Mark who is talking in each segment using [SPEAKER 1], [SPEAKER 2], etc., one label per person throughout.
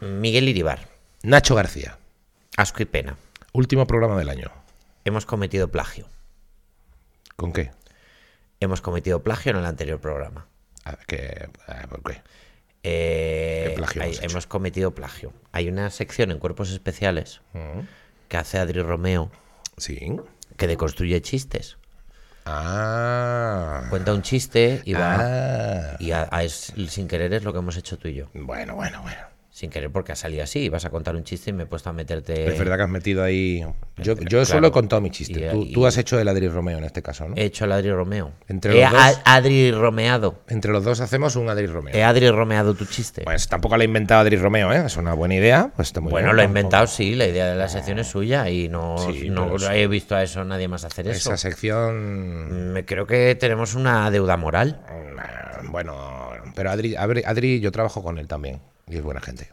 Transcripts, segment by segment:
[SPEAKER 1] Miguel Iribar,
[SPEAKER 2] Nacho García.
[SPEAKER 1] asco y pena.
[SPEAKER 2] Último programa del año.
[SPEAKER 1] Hemos cometido plagio.
[SPEAKER 2] ¿Con qué?
[SPEAKER 1] Hemos cometido plagio en el anterior programa.
[SPEAKER 2] Ah, que- ah, ¿Por qué?
[SPEAKER 1] Eh,
[SPEAKER 2] ¿Qué plagio
[SPEAKER 1] hay-
[SPEAKER 2] hemos hecho?
[SPEAKER 1] hemos cometido plagio. Hay una sección en cuerpos especiales
[SPEAKER 2] Mm,
[SPEAKER 1] que hace Adri Romeo
[SPEAKER 2] Sí.
[SPEAKER 1] que deconstruye chistes.
[SPEAKER 2] Ah.
[SPEAKER 1] Cuenta un chiste y va.
[SPEAKER 2] Ah.
[SPEAKER 1] Y a- a- es- sin querer es lo que hemos hecho tú y yo.
[SPEAKER 2] Bueno, bueno, bueno.
[SPEAKER 1] Sin querer porque ha salido así. y Vas a contar un chiste y me he puesto a meterte.
[SPEAKER 2] Es verdad que has metido ahí. Yo, yo
[SPEAKER 1] claro.
[SPEAKER 2] solo he contado mi chiste.
[SPEAKER 1] Y-
[SPEAKER 2] tú,
[SPEAKER 1] y-
[SPEAKER 2] tú has hecho el Adri Romeo en este caso, ¿no?
[SPEAKER 1] He hecho el Adri Romeo.
[SPEAKER 2] Entre
[SPEAKER 1] he
[SPEAKER 2] los dos.
[SPEAKER 1] a- Adri Romeado.
[SPEAKER 2] Entre los dos hacemos un Adri Romeo.
[SPEAKER 1] He Adri Romeado tu chiste. Bueno,
[SPEAKER 2] Pues tampoco lo ha inventado Adri Romeo, ¿eh? Es una buena idea. Pues está muy bien,
[SPEAKER 1] lo ha
[SPEAKER 2] tampoco. Ah.
[SPEAKER 1] inventado, sí. La idea de la sección es suya y no,
[SPEAKER 2] Sí,
[SPEAKER 1] no
[SPEAKER 2] pero
[SPEAKER 1] he visto a eso nadie más hacer eso.
[SPEAKER 2] Esa sección.
[SPEAKER 1] Mm, Creo que tenemos una deuda moral.
[SPEAKER 2] mm, Bueno, pero Adri, Adri, Adri, yo trabajo con él también. Y es buena gente.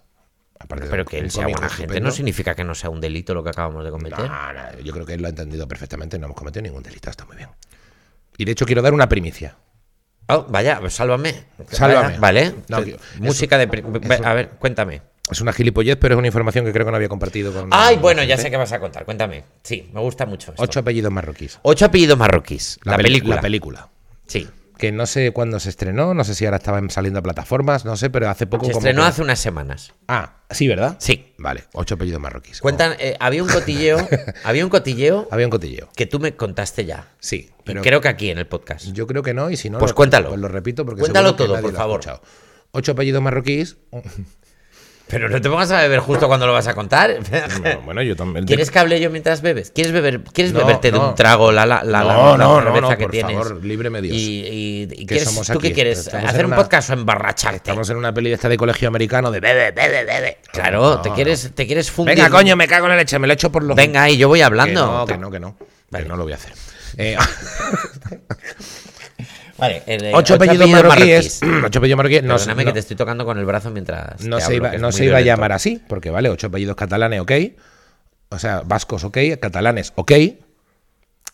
[SPEAKER 2] Aparte de
[SPEAKER 1] Pero
[SPEAKER 2] un-
[SPEAKER 1] que
[SPEAKER 2] un
[SPEAKER 1] él sea
[SPEAKER 2] cómico
[SPEAKER 1] buena gente no
[SPEAKER 2] estupendo.
[SPEAKER 1] significa que no sea un delito lo que acabamos de cometer.
[SPEAKER 2] No, Ah, no, yo creo que él lo ha entendido perfectamente. No hemos cometido ningún delito. Está muy bien. Y de hecho, quiero dar una primicia.
[SPEAKER 1] Oh, vaya, pues sálvame.
[SPEAKER 2] Sálvame.
[SPEAKER 1] Vaya, Vale.
[SPEAKER 2] No,
[SPEAKER 1] Te-
[SPEAKER 2] que-
[SPEAKER 1] Música de... pri- A ver, cuéntame.
[SPEAKER 2] Es una gilipollez, pero es una información que creo que no había compartido con.
[SPEAKER 1] Ay, bueno, ya sé qué vas a contar. Cuéntame. Sí, me gusta mucho. esto.
[SPEAKER 2] Ocho apellidos marroquíes.
[SPEAKER 1] Ocho apellidos marroquíes. La,
[SPEAKER 2] peli-
[SPEAKER 1] película.
[SPEAKER 2] La película.
[SPEAKER 1] Sí.
[SPEAKER 2] Que no sé cuándo se estrenó, no sé si ahora estaban saliendo a plataformas, no sé, pero hace poco.
[SPEAKER 1] Se
[SPEAKER 2] como
[SPEAKER 1] estrenó
[SPEAKER 2] que-
[SPEAKER 1] hace unas semanas.
[SPEAKER 2] Ah, sí, ¿verdad?
[SPEAKER 1] Sí.
[SPEAKER 2] Vale, ocho apellidos marroquíes.
[SPEAKER 1] Cuentan, eh, había un cotilleo, había un cotilleo
[SPEAKER 2] Había un cotilleo.
[SPEAKER 1] que tú me contaste ya.
[SPEAKER 2] Sí,
[SPEAKER 1] Y
[SPEAKER 2] pero
[SPEAKER 1] creo que aquí en el podcast.
[SPEAKER 2] yo creo que no, y si no.
[SPEAKER 1] Pues
[SPEAKER 2] lo-
[SPEAKER 1] cuéntalo.
[SPEAKER 2] Pues lo repito porque
[SPEAKER 1] Cuéntalo
[SPEAKER 2] seguro que
[SPEAKER 1] todo,
[SPEAKER 2] nadie
[SPEAKER 1] por
[SPEAKER 2] lo ha
[SPEAKER 1] favor.
[SPEAKER 2] escuchado. Ocho apellidos marroquíes.
[SPEAKER 1] Pero no te pongas a beber justo cuando lo vas a contar.
[SPEAKER 2] Bueno, bueno, yo también.
[SPEAKER 1] ¿Quieres que hable yo mientras bebes? ¿Quieres beber? ¿Quieres
[SPEAKER 2] No,
[SPEAKER 1] beberte de
[SPEAKER 2] no.
[SPEAKER 1] un trago la la la, la-
[SPEAKER 2] No,
[SPEAKER 1] la
[SPEAKER 2] no, no,
[SPEAKER 1] cerveza
[SPEAKER 2] no,
[SPEAKER 1] que
[SPEAKER 2] por
[SPEAKER 1] tienes?
[SPEAKER 2] favor, líbreme Dios.
[SPEAKER 1] Y, y- y quieres-
[SPEAKER 2] somos
[SPEAKER 1] ¿Tú qué
[SPEAKER 2] aquí,
[SPEAKER 1] quieres?
[SPEAKER 2] estamos en
[SPEAKER 1] ¿Hacer un
[SPEAKER 2] una-
[SPEAKER 1] podcast o emborracharte?
[SPEAKER 2] Estamos en una peli de esta de colegio americano de bebe, bebe, bebe.
[SPEAKER 1] Claro,
[SPEAKER 2] No,
[SPEAKER 1] te
[SPEAKER 2] no.
[SPEAKER 1] quieres te quieres fundir.
[SPEAKER 2] Venga, coño, me cago en la leche, me lo echo por los.
[SPEAKER 1] Venga, y yo voy
[SPEAKER 2] que
[SPEAKER 1] hablando.
[SPEAKER 2] no, que no, que no. Que
[SPEAKER 1] Vale.
[SPEAKER 2] no lo voy a hacer. Eh,
[SPEAKER 1] Vale, el, eh,
[SPEAKER 2] ocho apellidos marroquíes.
[SPEAKER 1] marroquíes.
[SPEAKER 2] Ocho apellidos marroquíes. No,
[SPEAKER 1] Perdóname
[SPEAKER 2] no-
[SPEAKER 1] que te estoy tocando con el brazo mientras.
[SPEAKER 2] no
[SPEAKER 1] te
[SPEAKER 2] se
[SPEAKER 1] hablo,
[SPEAKER 2] iba,
[SPEAKER 1] que es
[SPEAKER 2] no
[SPEAKER 1] muy
[SPEAKER 2] se iba a
[SPEAKER 1] violento.
[SPEAKER 2] llamar así, porque vale, ocho apellidos catalanes, ok. O sea, vascos, ok. Catalanes, ok.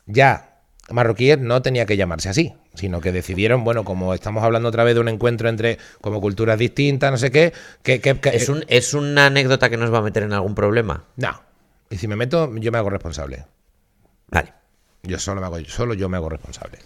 [SPEAKER 2] Ya, marroquíes no tenía que llamarse así, sino que decidieron, bueno, como estamos hablando otra vez de un encuentro entre como culturas distintas, no sé qué, que. que- que-
[SPEAKER 1] ¿Es, un- ¿Es una anécdota que nos va a meter en algún problema?
[SPEAKER 2] No. Y si me meto, yo me hago responsable.
[SPEAKER 1] Vale.
[SPEAKER 2] Yo solo, me hago, solo yo me hago responsable.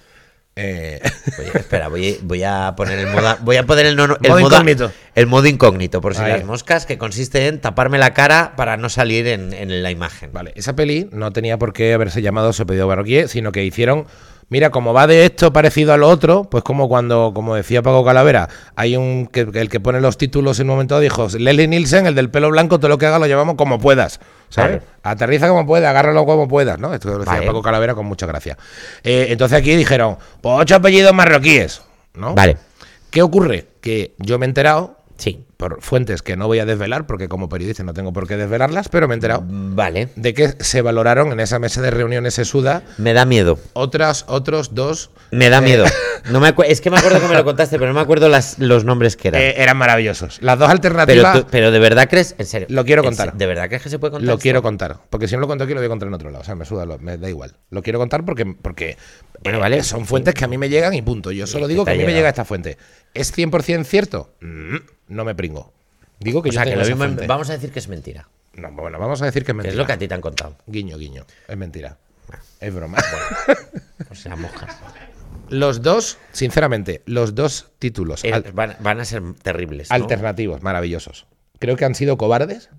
[SPEAKER 2] Eh,
[SPEAKER 1] Voy a- espera, voy, voy a poner el moda, voy a poner el, nono- el
[SPEAKER 2] Modo
[SPEAKER 1] moda-
[SPEAKER 2] incógnito.
[SPEAKER 1] el modo incógnito por si
[SPEAKER 2] Ahí.
[SPEAKER 1] las moscas, que consiste en taparme la cara para no salir en, en la imagen.
[SPEAKER 2] Vale, esa peli no tenía por qué haberse llamado Se pedido Barroquier, sino que hicieron. Mira, como va de esto parecido a lo otro, pues como cuando, como decía Paco Calavera, hay un que que el que pone los títulos en un momento dado dijo, Lely Nielsen, el del pelo blanco, todo lo que haga lo llevamos como puedas. ¿Sabes?
[SPEAKER 1] Claro.
[SPEAKER 2] Aterriza como puedas, agárralo como puedas, ¿no? Esto lo decía
[SPEAKER 1] Vale.
[SPEAKER 2] Paco Calavera con mucha gracia. Eh, entonces aquí dijeron, pues ocho apellidos marroquíes, ¿no?
[SPEAKER 1] Vale.
[SPEAKER 2] ¿Qué ocurre? Que yo me he enterado,
[SPEAKER 1] Sí.
[SPEAKER 2] por fuentes que no voy a desvelar, porque como periodista no tengo por qué desvelarlas, pero me he enterado
[SPEAKER 1] Vale.
[SPEAKER 2] de que se valoraron en esa mesa de reuniones sesuda
[SPEAKER 1] Me da miedo.
[SPEAKER 2] otras, otros dos eh,
[SPEAKER 1] Me da miedo. No me acue- es que me acuerdo que me lo contaste, pero no me acuerdo las, los nombres que eran.
[SPEAKER 2] eh, eran maravillosos. Las dos
[SPEAKER 1] pero,
[SPEAKER 2] alternativas
[SPEAKER 1] tú- pero de verdad crees, en serio.
[SPEAKER 2] Lo quiero
[SPEAKER 1] en
[SPEAKER 2] contar.
[SPEAKER 1] se- ¿De verdad crees que se puede contar?
[SPEAKER 2] lo
[SPEAKER 1] esto?
[SPEAKER 2] quiero contar, porque si no lo cuento aquí lo voy a contar en otro lado, o sea, me suda, lo- me da igual. Lo quiero contar porque, porque
[SPEAKER 1] Bueno,
[SPEAKER 2] eh,
[SPEAKER 1] vale.
[SPEAKER 2] son fuentes que a mí me llegan y punto. Yo solo
[SPEAKER 1] te
[SPEAKER 2] digo que
[SPEAKER 1] ha
[SPEAKER 2] a mí me
[SPEAKER 1] llegado.
[SPEAKER 2] llega esta fuente. ¿Es 100% cierto? Mm, No me pringo. Digo que
[SPEAKER 1] O
[SPEAKER 2] yo
[SPEAKER 1] sea, que
[SPEAKER 2] tengo
[SPEAKER 1] lo
[SPEAKER 2] esa
[SPEAKER 1] mismo-
[SPEAKER 2] fuente.
[SPEAKER 1] vamos a decir que es mentira.
[SPEAKER 2] No, bueno, vamos a decir que
[SPEAKER 1] Que
[SPEAKER 2] es mentira.
[SPEAKER 1] es lo que Ah. a ti te han contado.
[SPEAKER 2] Guiño, guiño. Es mentira. Es broma.
[SPEAKER 1] O sea, mojas.
[SPEAKER 2] los dos, sinceramente, los dos títulos
[SPEAKER 1] Eh,
[SPEAKER 2] al-
[SPEAKER 1] van, van a ser terribles. ¿no?
[SPEAKER 2] alternativos, maravillosos. Creo que han sido cobardes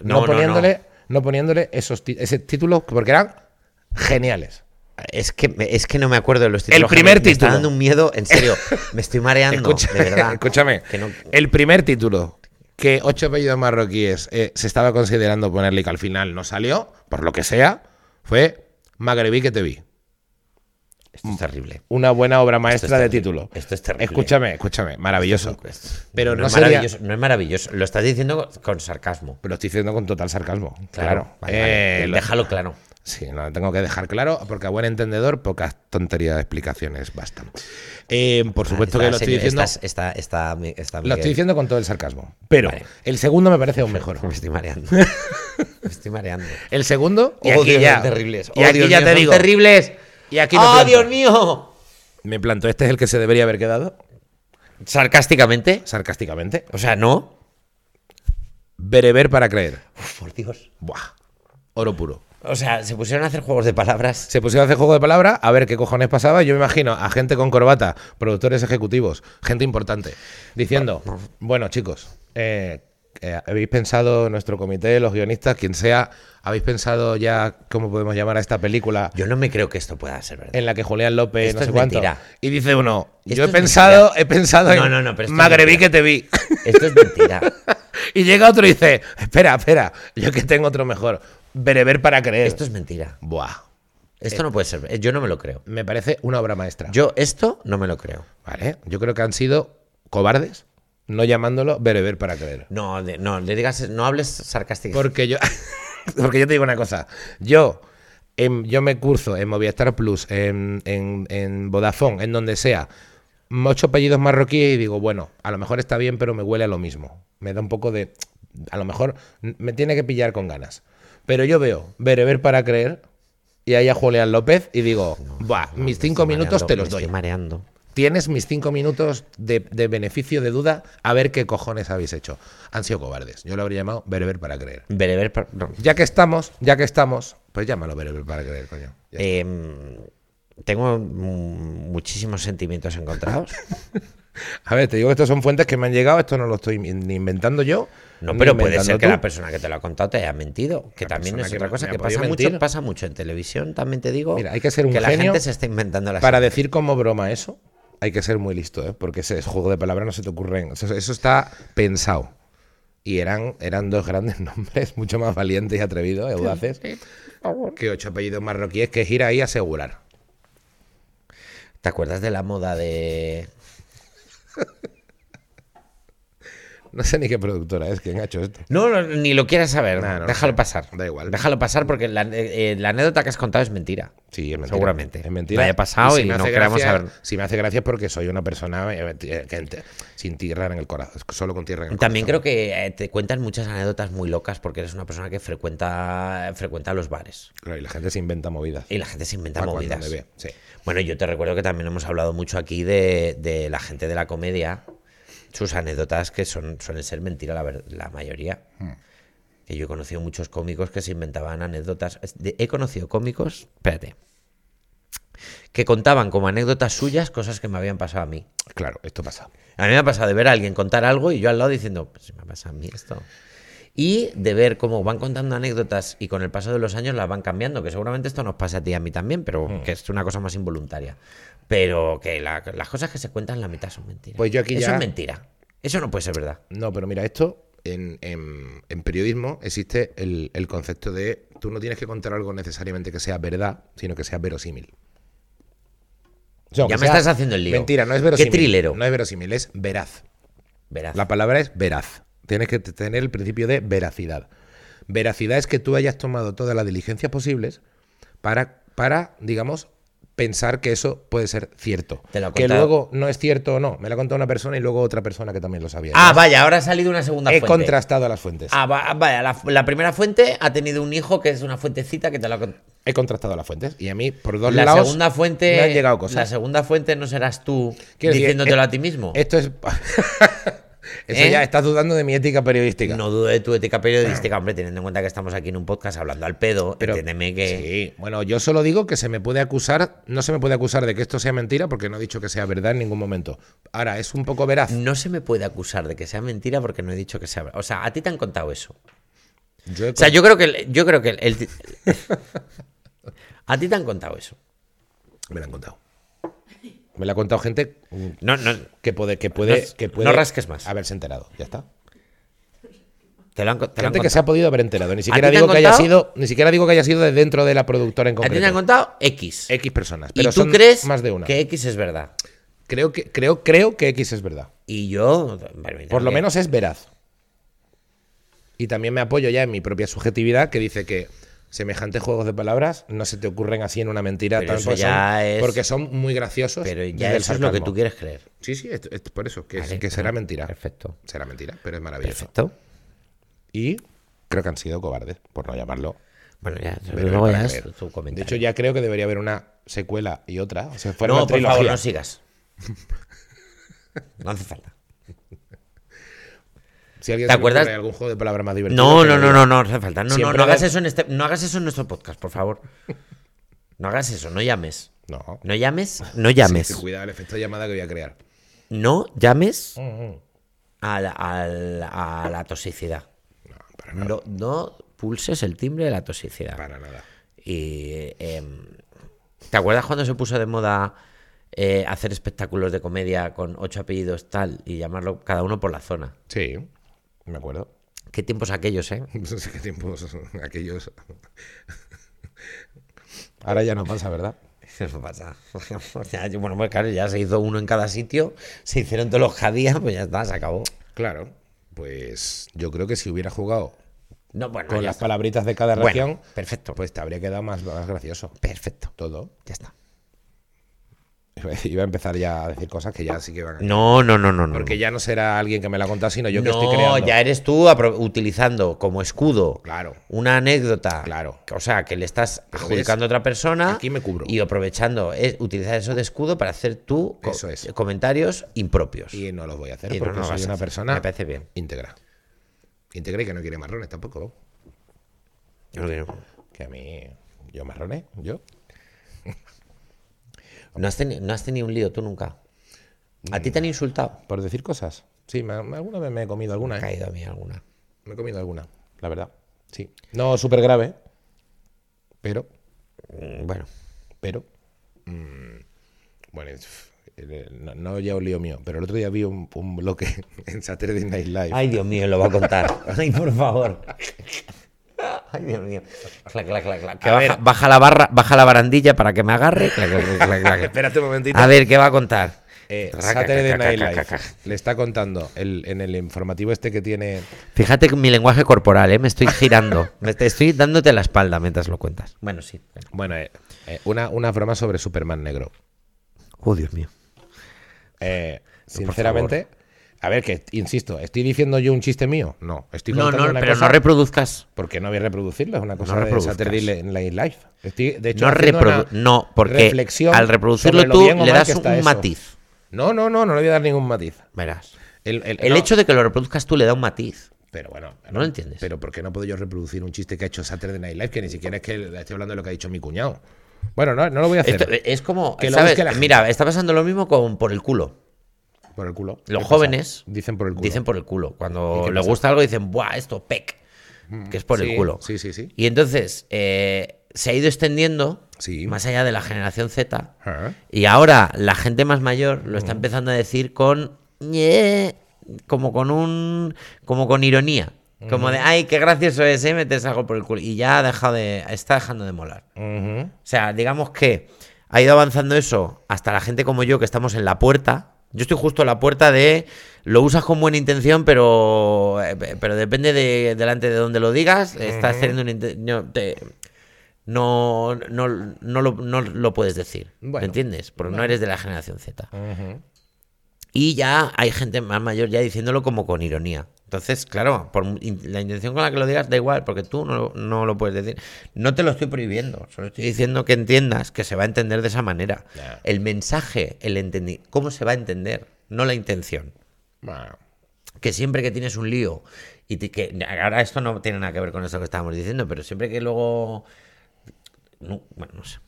[SPEAKER 2] no,
[SPEAKER 1] No, no,
[SPEAKER 2] poniéndole, no. poniéndole esos ti- ese título porque eran geniales.
[SPEAKER 1] Es que, me- es que no me acuerdo de los títulos.
[SPEAKER 2] El primer
[SPEAKER 1] Javier, me
[SPEAKER 2] título.
[SPEAKER 1] está dando un miedo, en serio. Me estoy mareando,
[SPEAKER 2] Escucha-
[SPEAKER 1] de verdad.
[SPEAKER 2] Escúchame,
[SPEAKER 1] Que no-
[SPEAKER 2] el primer título que Ocho Apellidos Marroquíes eh, se estaba considerando ponerle y que al final no salió, por lo que sea, fue Magrebí que te vi.
[SPEAKER 1] Esto es terrible.
[SPEAKER 2] Una buena obra maestra de
[SPEAKER 1] terrible.
[SPEAKER 2] título.
[SPEAKER 1] Esto es terrible.
[SPEAKER 2] Escúchame, escúchame, maravilloso. Pero no,
[SPEAKER 1] es
[SPEAKER 2] sería...
[SPEAKER 1] maravilloso, no es maravilloso. Lo estás diciendo con sarcasmo.
[SPEAKER 2] Lo estoy diciendo con total sarcasmo. Claro.
[SPEAKER 1] Claro. Vale, vale.
[SPEAKER 2] Eh, lo-
[SPEAKER 1] Déjalo claro.
[SPEAKER 2] Sí, no, lo tengo que dejar claro, porque a buen entendedor, pocas tonterías de explicaciones bastan. Eh, por supuesto que
[SPEAKER 1] Esta
[SPEAKER 2] lo estoy
[SPEAKER 1] señora-
[SPEAKER 2] diciendo.
[SPEAKER 1] esta- esta- esta mi- esta
[SPEAKER 2] Lo
[SPEAKER 1] Miguel.
[SPEAKER 2] estoy diciendo con todo el sarcasmo. Pero
[SPEAKER 1] Vale.
[SPEAKER 2] el segundo me parece aún mejor.
[SPEAKER 1] Me estoy mareando. me estoy mareando.
[SPEAKER 2] El segundo, y
[SPEAKER 1] Oh,
[SPEAKER 2] aquí
[SPEAKER 1] Dios,
[SPEAKER 2] ya.
[SPEAKER 1] son terribles.
[SPEAKER 2] Y
[SPEAKER 1] Oh,
[SPEAKER 2] aquí
[SPEAKER 1] Dios
[SPEAKER 2] ya
[SPEAKER 1] mío,
[SPEAKER 2] te
[SPEAKER 1] son
[SPEAKER 2] digo.
[SPEAKER 1] terribles.
[SPEAKER 2] Y aquí me
[SPEAKER 1] ¡Oh,
[SPEAKER 2] planto.
[SPEAKER 1] Dios mío!
[SPEAKER 2] Me planto, este es el que se debería haber quedado,
[SPEAKER 1] Sarcásticamente.
[SPEAKER 2] sarcásticamente.
[SPEAKER 1] O sea, no.
[SPEAKER 2] Bereber para creer.
[SPEAKER 1] Uf, por Dios.
[SPEAKER 2] Buah, oro puro.
[SPEAKER 1] O sea, se pusieron a hacer juegos de palabras.
[SPEAKER 2] Se pusieron a hacer juego de palabras a ver qué cojones pasaba. Yo me imagino a gente con corbata, productores ejecutivos, gente importante, diciendo, bueno chicos, eh, eh, ¿habéis pensado nuestro comité, los guionistas, quien sea, habéis pensado ya cómo podemos llamar a esta película
[SPEAKER 1] Yo no me creo que esto pueda ser verdad.
[SPEAKER 2] en la que Julián López
[SPEAKER 1] Esto
[SPEAKER 2] no sé
[SPEAKER 1] es
[SPEAKER 2] cuánto?
[SPEAKER 1] mentira.
[SPEAKER 2] Y dice uno,
[SPEAKER 1] Esto
[SPEAKER 2] yo he
[SPEAKER 1] es
[SPEAKER 2] pensado,
[SPEAKER 1] mentira.
[SPEAKER 2] he pensado
[SPEAKER 1] No,
[SPEAKER 2] en
[SPEAKER 1] no, no, pero esto es
[SPEAKER 2] Magrebí
[SPEAKER 1] mentira.
[SPEAKER 2] que te vi.
[SPEAKER 1] Esto es mentira.
[SPEAKER 2] y llega otro y dice, espera, espera, yo que tengo otro mejor. Bereber para creer.
[SPEAKER 1] Esto es mentira.
[SPEAKER 2] Buah,
[SPEAKER 1] Esto no puede ser. ver- Yo no me lo creo.
[SPEAKER 2] me parece una obra maestra.
[SPEAKER 1] Yo esto no me lo creo.
[SPEAKER 2] Vale, yo creo que han sido cobardes, no llamándolo bereber para creer.
[SPEAKER 1] No, de- no, le digas, no hables sarcásticamente.
[SPEAKER 2] Porque yo, porque yo te digo una cosa, yo, em, yo me curso en Movistar Plus, en, en, en Vodafone, en donde sea, ocho apellidos marroquíes y digo, bueno, a lo mejor está bien, pero me huele a lo mismo. Me da un poco de, a lo mejor n- me tiene que pillar con ganas. Pero yo veo bereber para creer y ahí a Julián López y digo, buah, mis cinco minutos te los doy.
[SPEAKER 1] Estoy mareando.
[SPEAKER 2] Tienes mis cinco minutos de, de beneficio de duda a ver qué cojones habéis hecho. Han sido cobardes. Yo lo habría llamado bereber para creer.
[SPEAKER 1] Bereber, par- no.
[SPEAKER 2] Ya que estamos, ya que estamos, pues llámalo bereber para creer, coño. Ya.
[SPEAKER 1] Em, tengo mm, muchísimos sentimientos encontrados.
[SPEAKER 2] A ver, te digo que estas son fuentes que me han llegado, esto no lo estoy in- ni inventando yo.
[SPEAKER 1] No,
[SPEAKER 2] ni
[SPEAKER 1] pero puede
[SPEAKER 2] inventando
[SPEAKER 1] ser que
[SPEAKER 2] tú.
[SPEAKER 1] la persona que te lo ha contado te haya mentido, que
[SPEAKER 2] La
[SPEAKER 1] también
[SPEAKER 2] persona
[SPEAKER 1] es
[SPEAKER 2] que
[SPEAKER 1] otra
[SPEAKER 2] me-
[SPEAKER 1] cosa
[SPEAKER 2] me ha
[SPEAKER 1] que
[SPEAKER 2] podido
[SPEAKER 1] pasa
[SPEAKER 2] mentir.
[SPEAKER 1] mucho, pasa mucho en televisión, también te digo
[SPEAKER 2] Mira, hay que ser un
[SPEAKER 1] que la
[SPEAKER 2] genio
[SPEAKER 1] gente se está inventando las
[SPEAKER 2] Para decir como broma eso, hay que ser muy listo, ¿eh? porque ese juego de palabras no se te ocurren. Eso, eso está pensado. Y eran, eran dos grandes nombres, mucho más valientes y atrevidos, y audaces, que ocho apellidos marroquíes que gira ahí a asegurar.
[SPEAKER 1] ¿Te acuerdas de la moda de
[SPEAKER 2] No sé ni qué productora es este. quien ha hecho esto.
[SPEAKER 1] No, no, ni lo quieras saber.
[SPEAKER 2] Nah, no lo
[SPEAKER 1] Déjalo
[SPEAKER 2] sé.
[SPEAKER 1] pasar.
[SPEAKER 2] Da igual.
[SPEAKER 1] Déjalo pasar porque la, eh, eh, la anécdota que has contado es mentira.
[SPEAKER 2] Sí, es mentira.
[SPEAKER 1] Seguramente.
[SPEAKER 2] Es mentira.
[SPEAKER 1] No haya pasado y
[SPEAKER 2] me
[SPEAKER 1] no
[SPEAKER 2] hace
[SPEAKER 1] queramos
[SPEAKER 2] gracia-
[SPEAKER 1] saber.
[SPEAKER 2] Si me hace gracia es porque soy una persona eh, que ent- sin tierra en el corazón, solo con tierra en el
[SPEAKER 1] También
[SPEAKER 2] corazón.
[SPEAKER 1] creo que eh, te cuentan muchas anécdotas muy locas porque eres una persona que frecuenta, frecuenta los bares.
[SPEAKER 2] Claro, y la gente se inventa movidas.
[SPEAKER 1] Y la gente se inventa
[SPEAKER 2] Pa' Ah, cuando
[SPEAKER 1] movidas.
[SPEAKER 2] me ve, sí.
[SPEAKER 1] Bueno, yo te recuerdo que también hemos hablado mucho aquí de, de la gente de la comedia, sus anécdotas que son, suelen ser mentira la, ver- la mayoría.
[SPEAKER 2] Hmm.
[SPEAKER 1] Que yo he conocido muchos cómicos que se inventaban anécdotas. Es de- he conocido cómicos, espérate, que contaban como anécdotas suyas cosas que me habían pasado a mí.
[SPEAKER 2] Claro, esto pasa.
[SPEAKER 1] A mí me ha pasado de ver a alguien contar algo y yo al lado diciendo, pues me pasa a mí esto. Y de ver cómo van contando anécdotas y con el paso de los años las van cambiando, que seguramente esto nos pasa a ti y a mí también, pero que es una cosa más involuntaria. Pero que la- las cosas que se cuentan la mitad son mentiras.
[SPEAKER 2] Pues yo aquí
[SPEAKER 1] Eso
[SPEAKER 2] ya-
[SPEAKER 1] es mentira. Eso no puede ser verdad.
[SPEAKER 2] No, pero mira, esto en, en- en periodismo existe el, el concepto de tú no tienes que contar algo necesariamente que sea verdad, sino que sea verosímil. O sea,
[SPEAKER 1] Ya
[SPEAKER 2] que
[SPEAKER 1] me
[SPEAKER 2] sea-
[SPEAKER 1] estás haciendo el lío.
[SPEAKER 2] Mentira, no es verosímil.
[SPEAKER 1] Qué trilero.
[SPEAKER 2] No es verosímil, es veraz.
[SPEAKER 1] Verás.
[SPEAKER 2] La palabra es veraz. Tienes que t- tener el principio de veracidad. Veracidad es que tú hayas tomado todas las diligencias posibles para, para digamos, pensar que eso puede ser cierto.
[SPEAKER 1] Te lo ha
[SPEAKER 2] que
[SPEAKER 1] contado.
[SPEAKER 2] luego no es cierto o no. Me lo ha contado una persona y luego otra persona que también lo sabía.
[SPEAKER 1] Ah, vaya, ahora ha salido una segunda
[SPEAKER 2] He
[SPEAKER 1] fuente.
[SPEAKER 2] contrastado las fuentes.
[SPEAKER 1] Ah, va- vaya, la, la primera fuente ha tenido un hijo que es una fuentecita que te la ha contado.
[SPEAKER 2] He contrastado las fuentes. Y a mí, por dos
[SPEAKER 1] La
[SPEAKER 2] lados,
[SPEAKER 1] segunda fuente.
[SPEAKER 2] me han llegado
[SPEAKER 1] La
[SPEAKER 2] cosas.
[SPEAKER 1] segunda fuente no serás tú
[SPEAKER 2] Quiero decir,
[SPEAKER 1] diciéndotelo
[SPEAKER 2] eh,
[SPEAKER 1] a ti mismo.
[SPEAKER 2] Esto es... eso
[SPEAKER 1] ¿Eh?
[SPEAKER 2] ya estás dudando de mi ética periodística.
[SPEAKER 1] No dudo de tu ética periodística, hombre, teniendo en cuenta que estamos aquí en un podcast hablando al pedo,
[SPEAKER 2] Pero-
[SPEAKER 1] entiéndeme que.
[SPEAKER 2] Sí, bueno, yo solo digo que se me puede acusar, no se me puede acusar de que esto sea mentira porque no he dicho que sea verdad en ningún momento. Ahora, es un poco veraz.
[SPEAKER 1] No se me puede acusar de que sea mentira porque no he dicho que sea. verdad. O sea, a ti te han contado eso.
[SPEAKER 2] Yo he
[SPEAKER 1] Mm. O sea, yo creo que el- yo creo que el- el- a ti te han contado eso.
[SPEAKER 2] con- Me lo han contado. Me lo ha contado gente mm,
[SPEAKER 1] No, no,
[SPEAKER 2] que puede, que puede,
[SPEAKER 1] No-
[SPEAKER 2] que puede
[SPEAKER 1] no rasques más.
[SPEAKER 2] haberse enterado. Ya está.
[SPEAKER 1] te lo han, co- te lo han
[SPEAKER 2] Gente que se
[SPEAKER 1] contado.
[SPEAKER 2] ha podido haber enterado. Ni siquiera
[SPEAKER 1] te
[SPEAKER 2] digo
[SPEAKER 1] han
[SPEAKER 2] que haya
[SPEAKER 1] contado?
[SPEAKER 2] sido, ni siquiera digo que haya sido de dentro de la productora en
[SPEAKER 1] A ti te han
[SPEAKER 2] concreto.
[SPEAKER 1] contado X.
[SPEAKER 2] X personas.
[SPEAKER 1] y
[SPEAKER 2] Pero
[SPEAKER 1] tú
[SPEAKER 2] son
[SPEAKER 1] crees
[SPEAKER 2] más de una.
[SPEAKER 1] que X es verdad.
[SPEAKER 2] Creo que, creo, creo que X es verdad.
[SPEAKER 1] Y yo.
[SPEAKER 2] Por lo
[SPEAKER 1] permítame,
[SPEAKER 2] menos es veraz. Y también me apoyo ya en mi propia subjetividad que dice que semejantes juegos de palabras no se te ocurren así en una mentira
[SPEAKER 1] Pero
[SPEAKER 2] tan
[SPEAKER 1] eso
[SPEAKER 2] porque
[SPEAKER 1] ya
[SPEAKER 2] son,
[SPEAKER 1] es-
[SPEAKER 2] porque son muy graciosos.
[SPEAKER 1] Pero ya
[SPEAKER 2] desde el
[SPEAKER 1] eso es lo que
[SPEAKER 2] sarcasmo.
[SPEAKER 1] tú quieres creer.
[SPEAKER 2] Sí, sí, esto- esto- por eso, que, es-
[SPEAKER 1] Vale,
[SPEAKER 2] que será mentira.
[SPEAKER 1] Perfecto.
[SPEAKER 2] Será mentira, pero es maravilloso.
[SPEAKER 1] Perfecto.
[SPEAKER 2] Y creo que han sido cobardes, por no llamarlo.
[SPEAKER 1] Bueno, ya,
[SPEAKER 2] pero
[SPEAKER 1] luego
[SPEAKER 2] para
[SPEAKER 1] ya es
[SPEAKER 2] creer.
[SPEAKER 1] tu
[SPEAKER 2] de
[SPEAKER 1] comentario.
[SPEAKER 2] hecho, ya creo que debería haber una secuela y otra. O sea, fuera
[SPEAKER 1] No,
[SPEAKER 2] una
[SPEAKER 1] por favor,
[SPEAKER 2] trilogía.
[SPEAKER 1] no sigas. No hace falta.
[SPEAKER 2] Si alguien
[SPEAKER 1] ¿Te
[SPEAKER 2] se le ocurre
[SPEAKER 1] acuerdas?
[SPEAKER 2] algún juego de palabras más divertido.
[SPEAKER 1] No,
[SPEAKER 2] que
[SPEAKER 1] no,
[SPEAKER 2] lo
[SPEAKER 1] no, no,
[SPEAKER 2] diga.
[SPEAKER 1] no, hace falta. No, no,
[SPEAKER 2] Siempre
[SPEAKER 1] no hagas
[SPEAKER 2] da-
[SPEAKER 1] eso en este, no hagas eso en nuestro podcast, por favor. No hagas eso, no llames.
[SPEAKER 2] No.
[SPEAKER 1] No llames, no llames.
[SPEAKER 2] Sí, sí, cuidado el efecto de llamada que voy a crear.
[SPEAKER 1] No llames
[SPEAKER 2] Mm, mm.
[SPEAKER 1] a la, a la- a la toxicidad.
[SPEAKER 2] Para nada.
[SPEAKER 1] No, no pulses el timbre de la toxicidad.
[SPEAKER 2] Para nada.
[SPEAKER 1] Y em, ¿te acuerdas cuando se puso de moda eh, hacer espectáculos de comedia con ocho apellidos tal y llamarlo cada uno por la zona?
[SPEAKER 2] Sí, me acuerdo.
[SPEAKER 1] ¿Qué tiempos aquellos, eh?
[SPEAKER 2] No sé qué tiempos aquellos. Ahora ya no pasa, ¿verdad?
[SPEAKER 1] Eso pasa. Ya, bueno, pues claro, ya se hizo uno en cada sitio, se hicieron todos los jadías, pues ya está, se acabó.
[SPEAKER 2] Claro. Pues yo creo que si hubiera jugado
[SPEAKER 1] No, bueno,
[SPEAKER 2] con
[SPEAKER 1] ya
[SPEAKER 2] las
[SPEAKER 1] está.
[SPEAKER 2] palabritas de cada
[SPEAKER 1] Bueno,
[SPEAKER 2] región,
[SPEAKER 1] perfecto,
[SPEAKER 2] pues te habría quedado más, más gracioso.
[SPEAKER 1] perfecto,
[SPEAKER 2] Todo.
[SPEAKER 1] ya está.
[SPEAKER 2] Iba a empezar ya a decir cosas que ya sí que van a...
[SPEAKER 1] No, no, no, no, no.
[SPEAKER 2] Porque ya no será alguien que me la contase, sino yo que
[SPEAKER 1] no,
[SPEAKER 2] estoy creando.
[SPEAKER 1] ya eres tú apro- utilizando como escudo
[SPEAKER 2] Claro.
[SPEAKER 1] una anécdota.
[SPEAKER 2] Claro.
[SPEAKER 1] O sea, que le estás
[SPEAKER 2] Pero
[SPEAKER 1] adjudicando a otra persona.
[SPEAKER 2] aquí me cubro.
[SPEAKER 1] Y aprovechando, es utilizar eso de escudo para hacer tú co-
[SPEAKER 2] Eso es.
[SPEAKER 1] comentarios impropios.
[SPEAKER 2] Y no los voy a hacer
[SPEAKER 1] Y no,
[SPEAKER 2] porque
[SPEAKER 1] no lo vas
[SPEAKER 2] soy
[SPEAKER 1] a
[SPEAKER 2] una
[SPEAKER 1] hacer.
[SPEAKER 2] persona
[SPEAKER 1] Me parece bien.
[SPEAKER 2] íntegra. Íntegra y que no quiere marrones tampoco. ¿no?
[SPEAKER 1] Yo creo que no.
[SPEAKER 2] Que a mí... ¿Yo marrones? ¿Yo?
[SPEAKER 1] ¿No has, teni- no has tenido un lío tú nunca. ¿A ti te han insultado?
[SPEAKER 2] Por decir cosas. Sí, me- me- alguna vez me he comido alguna,
[SPEAKER 1] Ha
[SPEAKER 2] ¿eh?
[SPEAKER 1] caído a mí alguna.
[SPEAKER 2] Me he comido alguna, la verdad. Sí. No súper grave, pero,
[SPEAKER 1] Mm, Bueno,
[SPEAKER 2] pero... mm, bueno, es- eh, no, no ya un lío mío, pero el otro día vi un, un bloque en Saturday Night Live.
[SPEAKER 1] Ay, Dios mío, lo va a contar. Ay, por favor. Ay, Dios mío. Clac, clac, clac, clac. Que
[SPEAKER 2] A
[SPEAKER 1] baja,
[SPEAKER 2] ver.
[SPEAKER 1] baja la barra, baja la barandilla para que me agarre. Clac, clac, clac, clac, clac.
[SPEAKER 2] Espérate un momentito.
[SPEAKER 1] A ver, ¿qué va a contar?
[SPEAKER 2] Eh,
[SPEAKER 1] Raca,
[SPEAKER 2] Saturday
[SPEAKER 1] caca,
[SPEAKER 2] Night
[SPEAKER 1] caca,
[SPEAKER 2] Live
[SPEAKER 1] caca.
[SPEAKER 2] le está contando el- en el informativo este que tiene
[SPEAKER 1] Fíjate que mi lenguaje corporal, ¿eh? me estoy girando. Me te estoy dándote la espalda mientras lo cuentas. Bueno, sí.
[SPEAKER 2] Bueno, eh, eh, una, una broma sobre Superman negro.
[SPEAKER 1] Oh, Dios mío.
[SPEAKER 2] Eh, sinceramente, a ver, que insisto, ¿estoy diciendo yo un chiste mío? No, estoy
[SPEAKER 1] No,
[SPEAKER 2] contando
[SPEAKER 1] no,
[SPEAKER 2] una
[SPEAKER 1] pero
[SPEAKER 2] cosa
[SPEAKER 1] no reproduzcas.
[SPEAKER 2] porque no voy a reproducirlo, es una cosa de
[SPEAKER 1] reproduzcas.
[SPEAKER 2] Saturday Night Live. Estoy, de hecho,
[SPEAKER 1] No,
[SPEAKER 2] haciendo
[SPEAKER 1] reprodu-
[SPEAKER 2] una
[SPEAKER 1] no, porque
[SPEAKER 2] reflexión
[SPEAKER 1] al reproducirlo
[SPEAKER 2] sobre lo
[SPEAKER 1] tú
[SPEAKER 2] bien o
[SPEAKER 1] le
[SPEAKER 2] mal
[SPEAKER 1] das
[SPEAKER 2] que está
[SPEAKER 1] un
[SPEAKER 2] eso.
[SPEAKER 1] matiz.
[SPEAKER 2] No, no, no, no le voy a dar ningún matiz.
[SPEAKER 1] Verás.
[SPEAKER 2] El, el-
[SPEAKER 1] El
[SPEAKER 2] no,
[SPEAKER 1] hecho de que lo reproduzcas tú le da un matiz.
[SPEAKER 2] Pero bueno,
[SPEAKER 1] No lo entiendes.
[SPEAKER 2] Pero ¿por qué no puedo yo reproducir un chiste que ha hecho Saturday Night Live? Que ni siquiera es que le estoy hablando de lo que ha dicho mi cuñado. Bueno, no, no lo voy a hacer
[SPEAKER 1] Esto eh, es como,
[SPEAKER 2] Que lo
[SPEAKER 1] ¿sabes?
[SPEAKER 2] busque la gente.
[SPEAKER 1] Mira, está pasando lo mismo con por el culo.
[SPEAKER 2] por el culo. ¿Qué
[SPEAKER 1] Los
[SPEAKER 2] pasa?
[SPEAKER 1] jóvenes
[SPEAKER 2] dicen por el culo.
[SPEAKER 1] dicen por el culo.
[SPEAKER 2] ¿Y
[SPEAKER 1] Cuando
[SPEAKER 2] qué
[SPEAKER 1] le
[SPEAKER 2] pasa? Mm,
[SPEAKER 1] gusta algo dicen, ¡buah, esto, pec! Que es por
[SPEAKER 2] Sí,
[SPEAKER 1] el culo.
[SPEAKER 2] Sí, sí, sí.
[SPEAKER 1] Y entonces eh, se ha ido extendiendo
[SPEAKER 2] Sí.
[SPEAKER 1] más allá de la generación Z.
[SPEAKER 2] Ajá.
[SPEAKER 1] Y ahora la gente más mayor lo
[SPEAKER 2] Mm.
[SPEAKER 1] está empezando a decir con. "Ñe", como con un. como con ironía. Como de,
[SPEAKER 2] Mm.
[SPEAKER 1] ay, qué gracioso es, ¿eh? Metes algo por el culo. Y ya ha dejado de. está dejando de molar.
[SPEAKER 2] Ujú.
[SPEAKER 1] O sea, digamos que ha ido avanzando eso hasta la gente como yo que estamos en la puerta. Yo estoy justo en la puerta de lo usas con buena intención, pero, eh, pero depende de delante de donde lo digas. Estás teniendo una inten- no, te- no, no, no lo, no lo puedes decir. ¿Me
[SPEAKER 2] Bueno.
[SPEAKER 1] entiendes? Porque no eres de la generación Z. Y ya hay gente más mayor ya diciéndolo como con ironía. Entonces, claro, por mu- in- la intención con la que lo digas da igual, porque tú no, no lo puedes decir. No te lo estoy prohibiendo, solo estoy diciendo que entiendas que se va a entender de esa manera.
[SPEAKER 2] Ya.
[SPEAKER 1] El mensaje, el entendi cómo se va a entender, no la intención.
[SPEAKER 2] Bueno,
[SPEAKER 1] Que siempre que tienes un lío, y te- que ahora esto no tiene nada que ver con eso que estábamos diciendo, pero siempre que luego... no, bueno, no sé.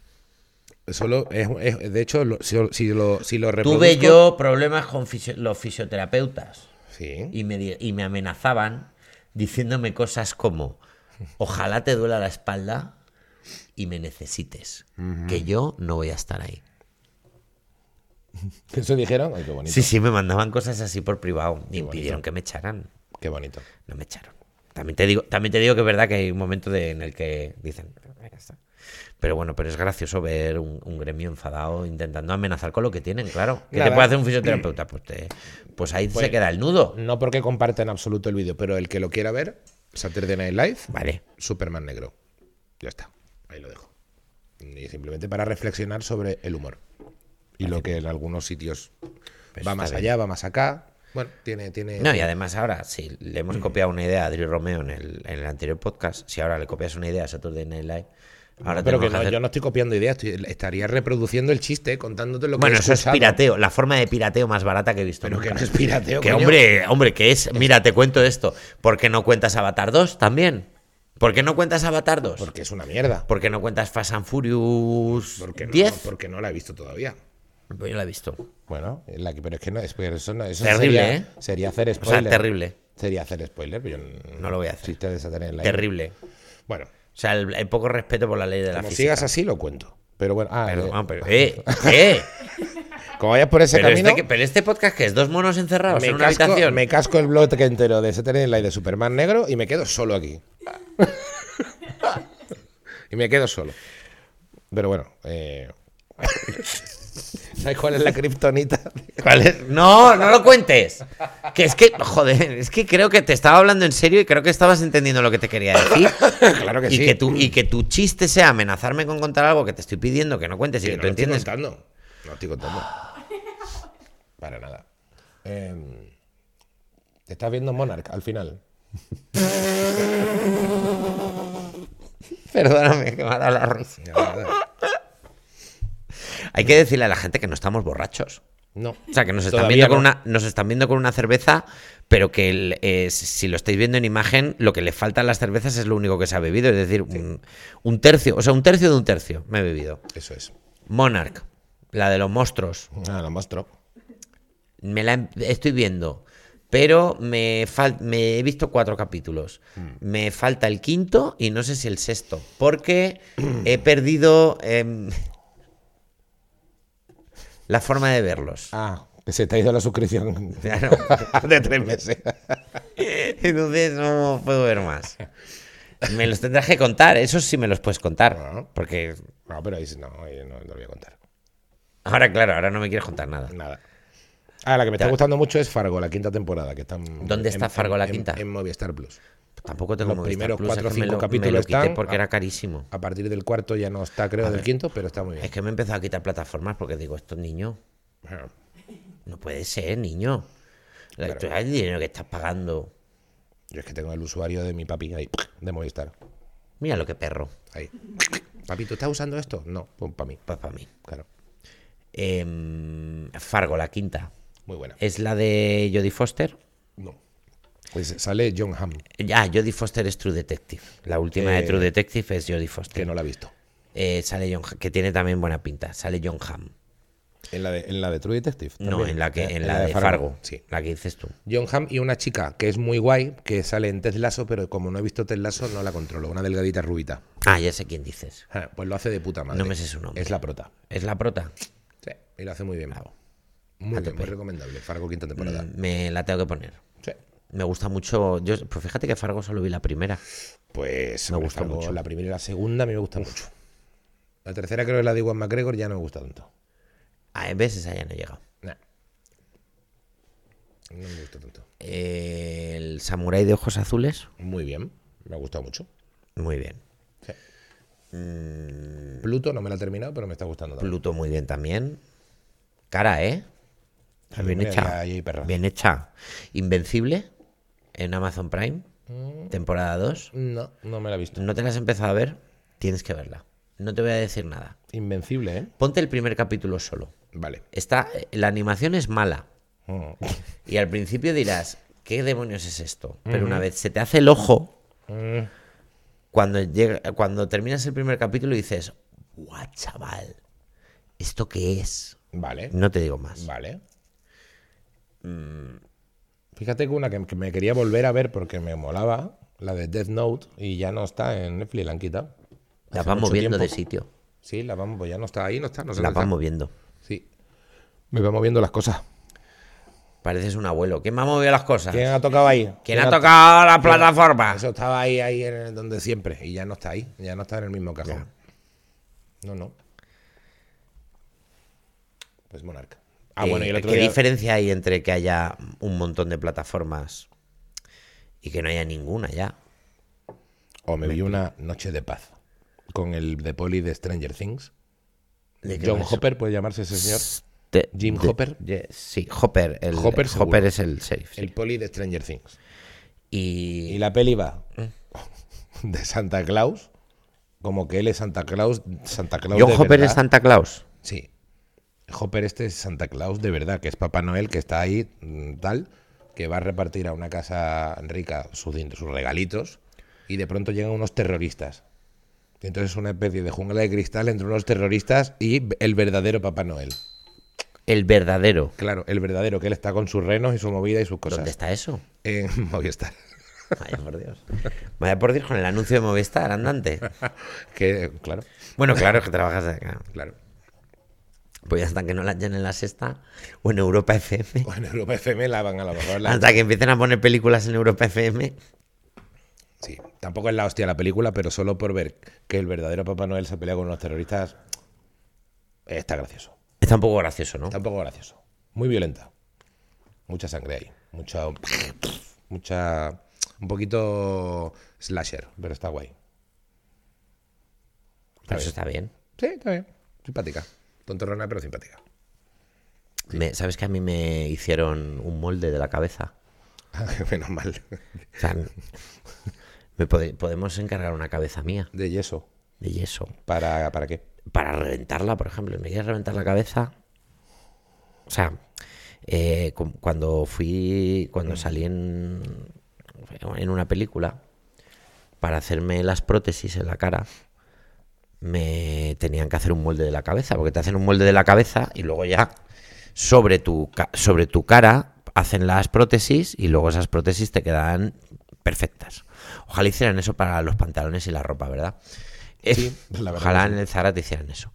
[SPEAKER 2] solo es, es- de hecho, lo- si, si lo, si lo reproduzco...
[SPEAKER 1] Tuve yo problemas con fisio- los fisioterapeutas.
[SPEAKER 2] Sí.
[SPEAKER 1] y me, di- y me amenazaban diciéndome cosas como, ojalá te duela la espalda y me necesites, que yo no voy a estar ahí.
[SPEAKER 2] ¿Eso dijeron? Ay, qué bonito.
[SPEAKER 1] Sí, sí, me mandaban cosas así por privado y
[SPEAKER 2] bonito.
[SPEAKER 1] pidieron que me echaran.
[SPEAKER 2] Qué bonito.
[SPEAKER 1] No me echaron. También te digo, también te digo que es verdad que hay un momento de- en el que dicen, "Ya está". pero bueno, pero es gracioso ver un, un gremio enfadado intentando amenazar con lo que tienen, claro. ¿Qué te
[SPEAKER 2] Nada.
[SPEAKER 1] puede hacer un fisioterapeuta? Pues, te- pues ahí se queda el nudo.
[SPEAKER 2] No porque comparta en absoluto el vídeo, pero el que lo quiera ver, Saturday Night Live,
[SPEAKER 1] Vale.
[SPEAKER 2] Superman negro. Ya está. Ahí lo dejo. Y simplemente para reflexionar sobre el humor. Y lo que en algunos sitios
[SPEAKER 1] Pues
[SPEAKER 2] va
[SPEAKER 1] está
[SPEAKER 2] más
[SPEAKER 1] bien.
[SPEAKER 2] allá, va más acá. Bueno, tiene... tiene
[SPEAKER 1] No, y además ahora, si le
[SPEAKER 2] mm.
[SPEAKER 1] hemos copiado una idea a Adri Romeo en el, en el anterior podcast, si ahora le copias una idea a Saturday Night Live, Ahora
[SPEAKER 2] Pero
[SPEAKER 1] tenemos
[SPEAKER 2] que no,
[SPEAKER 1] hacer-
[SPEAKER 2] yo no estoy copiando ideas, estoy- estaría reproduciendo el chiste, contándote lo que
[SPEAKER 1] Bueno,
[SPEAKER 2] he
[SPEAKER 1] eso es
[SPEAKER 2] escuchado.
[SPEAKER 1] pirateo, la forma de pirateo más barata que he visto.
[SPEAKER 2] Pero que
[SPEAKER 1] nunca.
[SPEAKER 2] no es pirateo,
[SPEAKER 1] Que
[SPEAKER 2] coño.
[SPEAKER 1] hombre, hombre, que es. Mira, te cuento esto. ¿Por qué no cuentas Avatar 2 también? ¿Por qué no cuentas Avatar 2?
[SPEAKER 2] Porque es una mierda.
[SPEAKER 1] ¿Por qué no cuentas Fast and Furious
[SPEAKER 2] Porque no,
[SPEAKER 1] 10?
[SPEAKER 2] porque no la he visto todavía.
[SPEAKER 1] Pues yo la he visto.
[SPEAKER 2] Bueno, la que- pero es que no, es- pero eso no eso
[SPEAKER 1] Terrible,
[SPEAKER 2] sería,
[SPEAKER 1] ¿eh?
[SPEAKER 2] sería hacer
[SPEAKER 1] O sea,
[SPEAKER 2] spoiler.
[SPEAKER 1] terrible.
[SPEAKER 2] Sería hacer spoiler, pero yo n-
[SPEAKER 1] No lo voy a hacer.
[SPEAKER 2] chiste de esa tener en el aire.
[SPEAKER 1] Terrible.
[SPEAKER 2] Bueno,
[SPEAKER 1] O sea, el, el poco respeto por la ley de la
[SPEAKER 2] como
[SPEAKER 1] física.
[SPEAKER 2] sigas así lo cuento. Pero bueno, ah,
[SPEAKER 1] Pero,
[SPEAKER 2] eh,
[SPEAKER 1] ah, pero- eh, eh.
[SPEAKER 2] como vayas por ese
[SPEAKER 1] Pero
[SPEAKER 2] camino,
[SPEAKER 1] este, que- pero este podcast que es dos monos encerrados en
[SPEAKER 2] me,
[SPEAKER 1] una
[SPEAKER 2] casco,
[SPEAKER 1] habitación.
[SPEAKER 2] me casco el blog entero de Saturday Night Live de Superman negro y me quedo solo aquí. y me quedo solo. Pero bueno, eh, ¿sabes cuál es la kriptonita?
[SPEAKER 1] ¿Cuál es? No, no lo cuentes. Que es que, joder, es que creo que te estaba hablando en serio y creo que estabas entendiendo lo que te quería decir.
[SPEAKER 2] Claro que
[SPEAKER 1] y
[SPEAKER 2] sí.
[SPEAKER 1] Que tu, y que tu chiste sea amenazarme con contar algo que te estoy pidiendo que no cuentes y
[SPEAKER 2] Que
[SPEAKER 1] que
[SPEAKER 2] no
[SPEAKER 1] tú
[SPEAKER 2] lo estoy
[SPEAKER 1] entiendes.
[SPEAKER 2] contando. No estoy contando. Para nada. Em, te estás viendo Monarch al final.
[SPEAKER 1] Perdóname, que me ha dado la risa.
[SPEAKER 2] Ya, nada.
[SPEAKER 1] Hay que decirle a la gente que no estamos borrachos.
[SPEAKER 2] No.
[SPEAKER 1] O sea, que nos están,
[SPEAKER 2] Todavía
[SPEAKER 1] viendo con
[SPEAKER 2] no.
[SPEAKER 1] una, nos están viendo con una cerveza, pero que el- eh, si lo estáis viendo en imagen, lo que le faltan las cervezas es lo único que se ha bebido. Es decir, un, un tercio, o sea, un tercio de un tercio me he bebido.
[SPEAKER 2] Eso es.
[SPEAKER 1] Monarch, la de los monstruos.
[SPEAKER 2] Ah, lo muestro.
[SPEAKER 1] Me la he- estoy viendo, pero me, fal- me he visto cuatro capítulos.
[SPEAKER 2] Mm.
[SPEAKER 1] Me falta el quinto y no sé si el sexto, porque he perdido em, la forma de verlos.
[SPEAKER 2] Ah, que se te ha ido la suscripción
[SPEAKER 1] Claro.
[SPEAKER 2] de tres meses.
[SPEAKER 1] Entonces no puedo ver más. Me los tendrás que contar, eso sí me los puedes contar,
[SPEAKER 2] Bueno.
[SPEAKER 1] porque
[SPEAKER 2] No, pero ahí sí- no, ahí no, no lo voy a contar.
[SPEAKER 1] ahora, claro, ahora no me quieres contar nada.
[SPEAKER 2] Nada. Ah, la que me está gustando mucho es Fargo, la quinta temporada. Que están
[SPEAKER 1] ¿Dónde está Fargo, la
[SPEAKER 2] en-
[SPEAKER 1] quinta?
[SPEAKER 2] En, Movistar Plus.
[SPEAKER 1] Tampoco tengo
[SPEAKER 2] Los
[SPEAKER 1] Movistar
[SPEAKER 2] primeros
[SPEAKER 1] Plus, es
[SPEAKER 2] cuatro o
[SPEAKER 1] que me
[SPEAKER 2] cinco
[SPEAKER 1] lo- me
[SPEAKER 2] capítulos
[SPEAKER 1] lo quité
[SPEAKER 2] están-
[SPEAKER 1] porque era carísimo.
[SPEAKER 2] A partir del cuarto ya no está, creo, del quinto, pero está muy bien.
[SPEAKER 1] Es que me he empezado a quitar plataformas porque digo, esto niño,
[SPEAKER 2] Ah,
[SPEAKER 1] no puede ser, niño. La- tú- el dinero que estás pagando.
[SPEAKER 2] Yo es que tengo el usuario de mi papi ahí, de Movistar.
[SPEAKER 1] Mira lo que perro.
[SPEAKER 2] Ahí. Papi, ¿tú estás usando esto? No, pues para mí,
[SPEAKER 1] Pues para mí.
[SPEAKER 2] claro.
[SPEAKER 1] Em, Fargo, la quinta.
[SPEAKER 2] Muy buena.
[SPEAKER 1] Es la de Jodie Foster.
[SPEAKER 2] No. Pues sale John Hamm,
[SPEAKER 1] Ah, Jodie Foster es True Detective. La última de
[SPEAKER 2] Eh,
[SPEAKER 1] True Detective es Jodie Foster.
[SPEAKER 2] que no la ha visto.
[SPEAKER 1] Eh, sale John Ha- que tiene también buena pinta. Sale John Hamm.
[SPEAKER 2] En la de, en la de True Detective.
[SPEAKER 1] No,
[SPEAKER 2] también.
[SPEAKER 1] en la que,
[SPEAKER 2] Eh,
[SPEAKER 1] en la de Fargo.
[SPEAKER 2] Sí.
[SPEAKER 1] La que dices tú.
[SPEAKER 2] John Hamm y una chica que es muy guay, que sale en Ted Lasso, pero como no he visto Ted Lasso, no la controlo. Una delgadita rubita.
[SPEAKER 1] Ah, ya sé quién dices.
[SPEAKER 2] Ah, Pues lo hace de puta madre.
[SPEAKER 1] No me sé su nombre.
[SPEAKER 2] Es la prota.
[SPEAKER 1] Es la prota.
[SPEAKER 2] Sí. Y lo hace muy bien. Muy bien, muy recomendable. Fargo quinta temporada.
[SPEAKER 1] Me la tengo que poner.
[SPEAKER 2] Sí.
[SPEAKER 1] Me gusta mucho. Yo, pues fíjate que Fargo solo vi la primera.
[SPEAKER 2] Pues
[SPEAKER 1] Me
[SPEAKER 2] hombre,
[SPEAKER 1] gusta
[SPEAKER 2] Fargo,
[SPEAKER 1] mucho.
[SPEAKER 2] La primera y la segunda a mí me gusta mucho. La tercera creo que es la de Iwan McGregor, ya no me gusta tanto.
[SPEAKER 1] A veces allá no he llegado.
[SPEAKER 2] Nah. No me gusta tanto.
[SPEAKER 1] Eh, El samurái de ojos azules.
[SPEAKER 2] Muy bien. Me ha gustado mucho.
[SPEAKER 1] Muy bien.
[SPEAKER 2] Sí. Pluto no me la he terminado, pero me está gustando también.
[SPEAKER 1] Pluto muy bien también. Cara, ¿eh? Está bien
[SPEAKER 2] Mira,
[SPEAKER 1] hecha.
[SPEAKER 2] ya- ya hay perra.
[SPEAKER 1] Bien hecha. Invencible en Amazon Prime. Temporada 2.
[SPEAKER 2] No, no me la he visto.
[SPEAKER 1] ¿No te la has empezado a ver? Tienes que verla. No te voy a decir nada.
[SPEAKER 2] Invencible, ¿eh?
[SPEAKER 1] Ponte el primer capítulo solo.
[SPEAKER 2] Vale.
[SPEAKER 1] Está, eh, la animación es mala.
[SPEAKER 2] Mm.
[SPEAKER 1] Y al principio dirás, ¿qué demonios es esto? Pero una vez se te hace el ojo,
[SPEAKER 2] Mm.
[SPEAKER 1] cuando, llega- cuando terminas el primer capítulo dices, ¡guau, chaval! ¿Esto qué es?
[SPEAKER 2] Vale.
[SPEAKER 1] No te digo más.
[SPEAKER 2] Vale. Fíjate que una que, que me quería volver a ver porque me molaba, la de Death Note, y ya no está en Netflix, la han quitado.
[SPEAKER 1] La
[SPEAKER 2] Hace
[SPEAKER 1] van
[SPEAKER 2] mucho
[SPEAKER 1] moviendo de
[SPEAKER 2] tiempo.
[SPEAKER 1] sitio.
[SPEAKER 2] Sí, la vamos, pues ya no está ahí, no está, no sé
[SPEAKER 1] La
[SPEAKER 2] dónde
[SPEAKER 1] van
[SPEAKER 2] está.
[SPEAKER 1] moviendo.
[SPEAKER 2] Sí. Me van moviendo las cosas.
[SPEAKER 1] Pareces un abuelo. ¿Quién me ha movido las cosas?
[SPEAKER 2] ¿Quién ha tocado ahí?
[SPEAKER 1] ¿Quién ha tocado la plataforma?
[SPEAKER 2] Eso estaba ahí, ahí en donde siempre, y ya no está ahí, ya no está en el mismo cajón. No, no. Pues Monarca. Ah,
[SPEAKER 1] Eh,
[SPEAKER 2] bueno, y el otro
[SPEAKER 1] ¿Qué
[SPEAKER 2] día-
[SPEAKER 1] diferencia hay entre que haya un montón de plataformas y que no haya ninguna ya?
[SPEAKER 2] O me vi una Noche de Paz con el de poli de Stranger Things.
[SPEAKER 1] ¿De qué
[SPEAKER 2] John
[SPEAKER 1] va eso?
[SPEAKER 2] Hopper puede llamarse ese señor.
[SPEAKER 1] Te-
[SPEAKER 2] Jim
[SPEAKER 1] de-
[SPEAKER 2] Hopper.
[SPEAKER 1] de- sí, Hopper. El,
[SPEAKER 2] Hopper
[SPEAKER 1] Hopper,
[SPEAKER 2] seguro.
[SPEAKER 1] es el sheriff. sí.
[SPEAKER 2] El poli de Stranger Things.
[SPEAKER 1] Y,
[SPEAKER 2] Y la peli va de Santa Claus, como que él es Santa Claus. Santa Claus
[SPEAKER 1] John
[SPEAKER 2] de
[SPEAKER 1] Hopper
[SPEAKER 2] verdad.
[SPEAKER 1] es Santa Claus.
[SPEAKER 2] Sí. Hopper este es Santa Claus de verdad, que es Papá Noel que está ahí mm, tal, que va a repartir a una casa rica sus, din- sus regalitos y de pronto llegan unos terroristas. Y entonces es una especie de jungla de cristal entre unos terroristas y el verdadero Papá Noel.
[SPEAKER 1] El verdadero.
[SPEAKER 2] Claro, el verdadero, que él está con sus renos y su movida y sus
[SPEAKER 1] ¿Dónde
[SPEAKER 2] cosas.
[SPEAKER 1] está eso?
[SPEAKER 2] En Movistar.
[SPEAKER 1] Vaya por Dios. Vaya por Dios con el anuncio de Movistar andante.
[SPEAKER 2] que, claro,
[SPEAKER 1] Bueno, claro, es que trabajas acá.
[SPEAKER 2] claro.
[SPEAKER 1] Pues hasta que no la hayan en la sexta o en Europa FM.
[SPEAKER 2] Bueno, Europa FM la van a lo mejor. la-
[SPEAKER 1] Hasta que empiecen a poner películas en Europa FM.
[SPEAKER 2] Sí, tampoco es la hostia la película, pero solo por ver que el verdadero Papá Noel se pelea con unos terroristas está gracioso.
[SPEAKER 1] Está un poco gracioso, ¿no?
[SPEAKER 2] Está un poco gracioso. Muy violenta. Mucha sangre ahí. Mucha. Mucha. Un poquito slasher, pero está guay.
[SPEAKER 1] Pero eso está bien.
[SPEAKER 2] Sí, está bien. Simpática. Tontorrona, pero simpática.
[SPEAKER 1] Me- ¿Sabes que a mí me hicieron un molde de la cabeza?
[SPEAKER 2] Ah, Menos mal.
[SPEAKER 1] O sea, me pode- podemos encargar una cabeza mía
[SPEAKER 2] De yeso.
[SPEAKER 1] de yeso.
[SPEAKER 2] ¿Para, para qué?
[SPEAKER 1] Para reventarla, por ejemplo. ¿Me quieres reventar la cabeza? O sea, eh, cu- cuando fui, cuando salí en, en una película, para hacerme las prótesis en la cara, me tenían que hacer un molde de la cabeza, porque te hacen un molde de la cabeza y luego ya sobre tu, ca- sobre tu cara hacen las prótesis y luego esas prótesis te quedan perfectas. Ojalá hicieran eso para los pantalones y la ropa, ¿verdad? Eh,
[SPEAKER 2] Sí, la verdad
[SPEAKER 1] Ojalá
[SPEAKER 2] que sí.
[SPEAKER 1] en el Zara te hicieran eso.